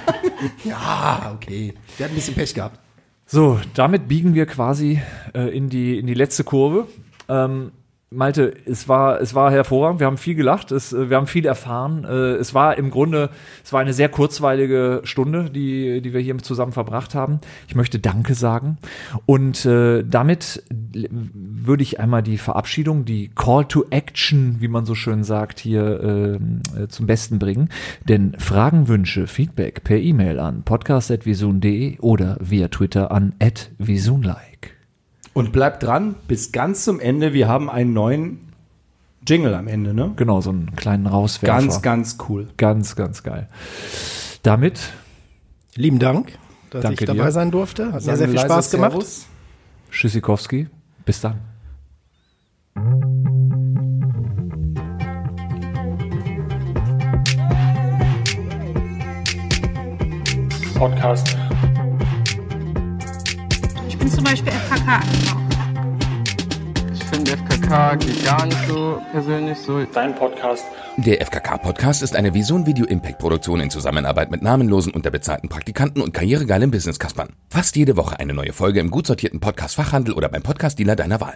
ja, okay. Der hat ein bisschen Pech gehabt. So, damit biegen wir quasi äh, in, die, in die letzte Kurve. Ähm, Malte, es war, es war hervorragend. Wir haben viel gelacht, es, äh, wir haben viel erfahren. Äh, es war im Grunde, es war eine sehr kurzweilige Stunde, die, die wir hier zusammen verbracht haben. Ich möchte Danke sagen. Und äh, damit l- würde ich einmal die Verabschiedung, die Call to Action, wie man so schön sagt, hier ähm, äh, zum Besten bringen. Denn Fragen, Wünsche, Feedback per E-Mail an podcast.visun.de oder via Twitter an @visunlike. Und bleib dran bis ganz zum Ende. Wir haben einen neuen Jingle am Ende, ne? Genau, so einen kleinen Rauswerfer. Ganz, ganz cool. ganz, ganz geil. Damit Lieben Dank, dass Danke ich dabei dir. sein durfte. Hat mir Sagen sehr viel leise Spaß gemacht. Servus. Schüssikowski, bis dann. Podcast. Ich bin zum Beispiel FKK angekommen. Ich finde FKK geht gar nicht so persönlich so. Dein Podcast. Der FKK-Podcast ist eine Vision Video Impact Produktion in Zusammenarbeit mit namenlosen, unterbezahlten Praktikanten und karrieregeilen Business-Kaspern. Fast jede Woche eine neue Folge im gut sortierten Podcast-Fachhandel oder beim Podcast-Dealer deiner Wahl.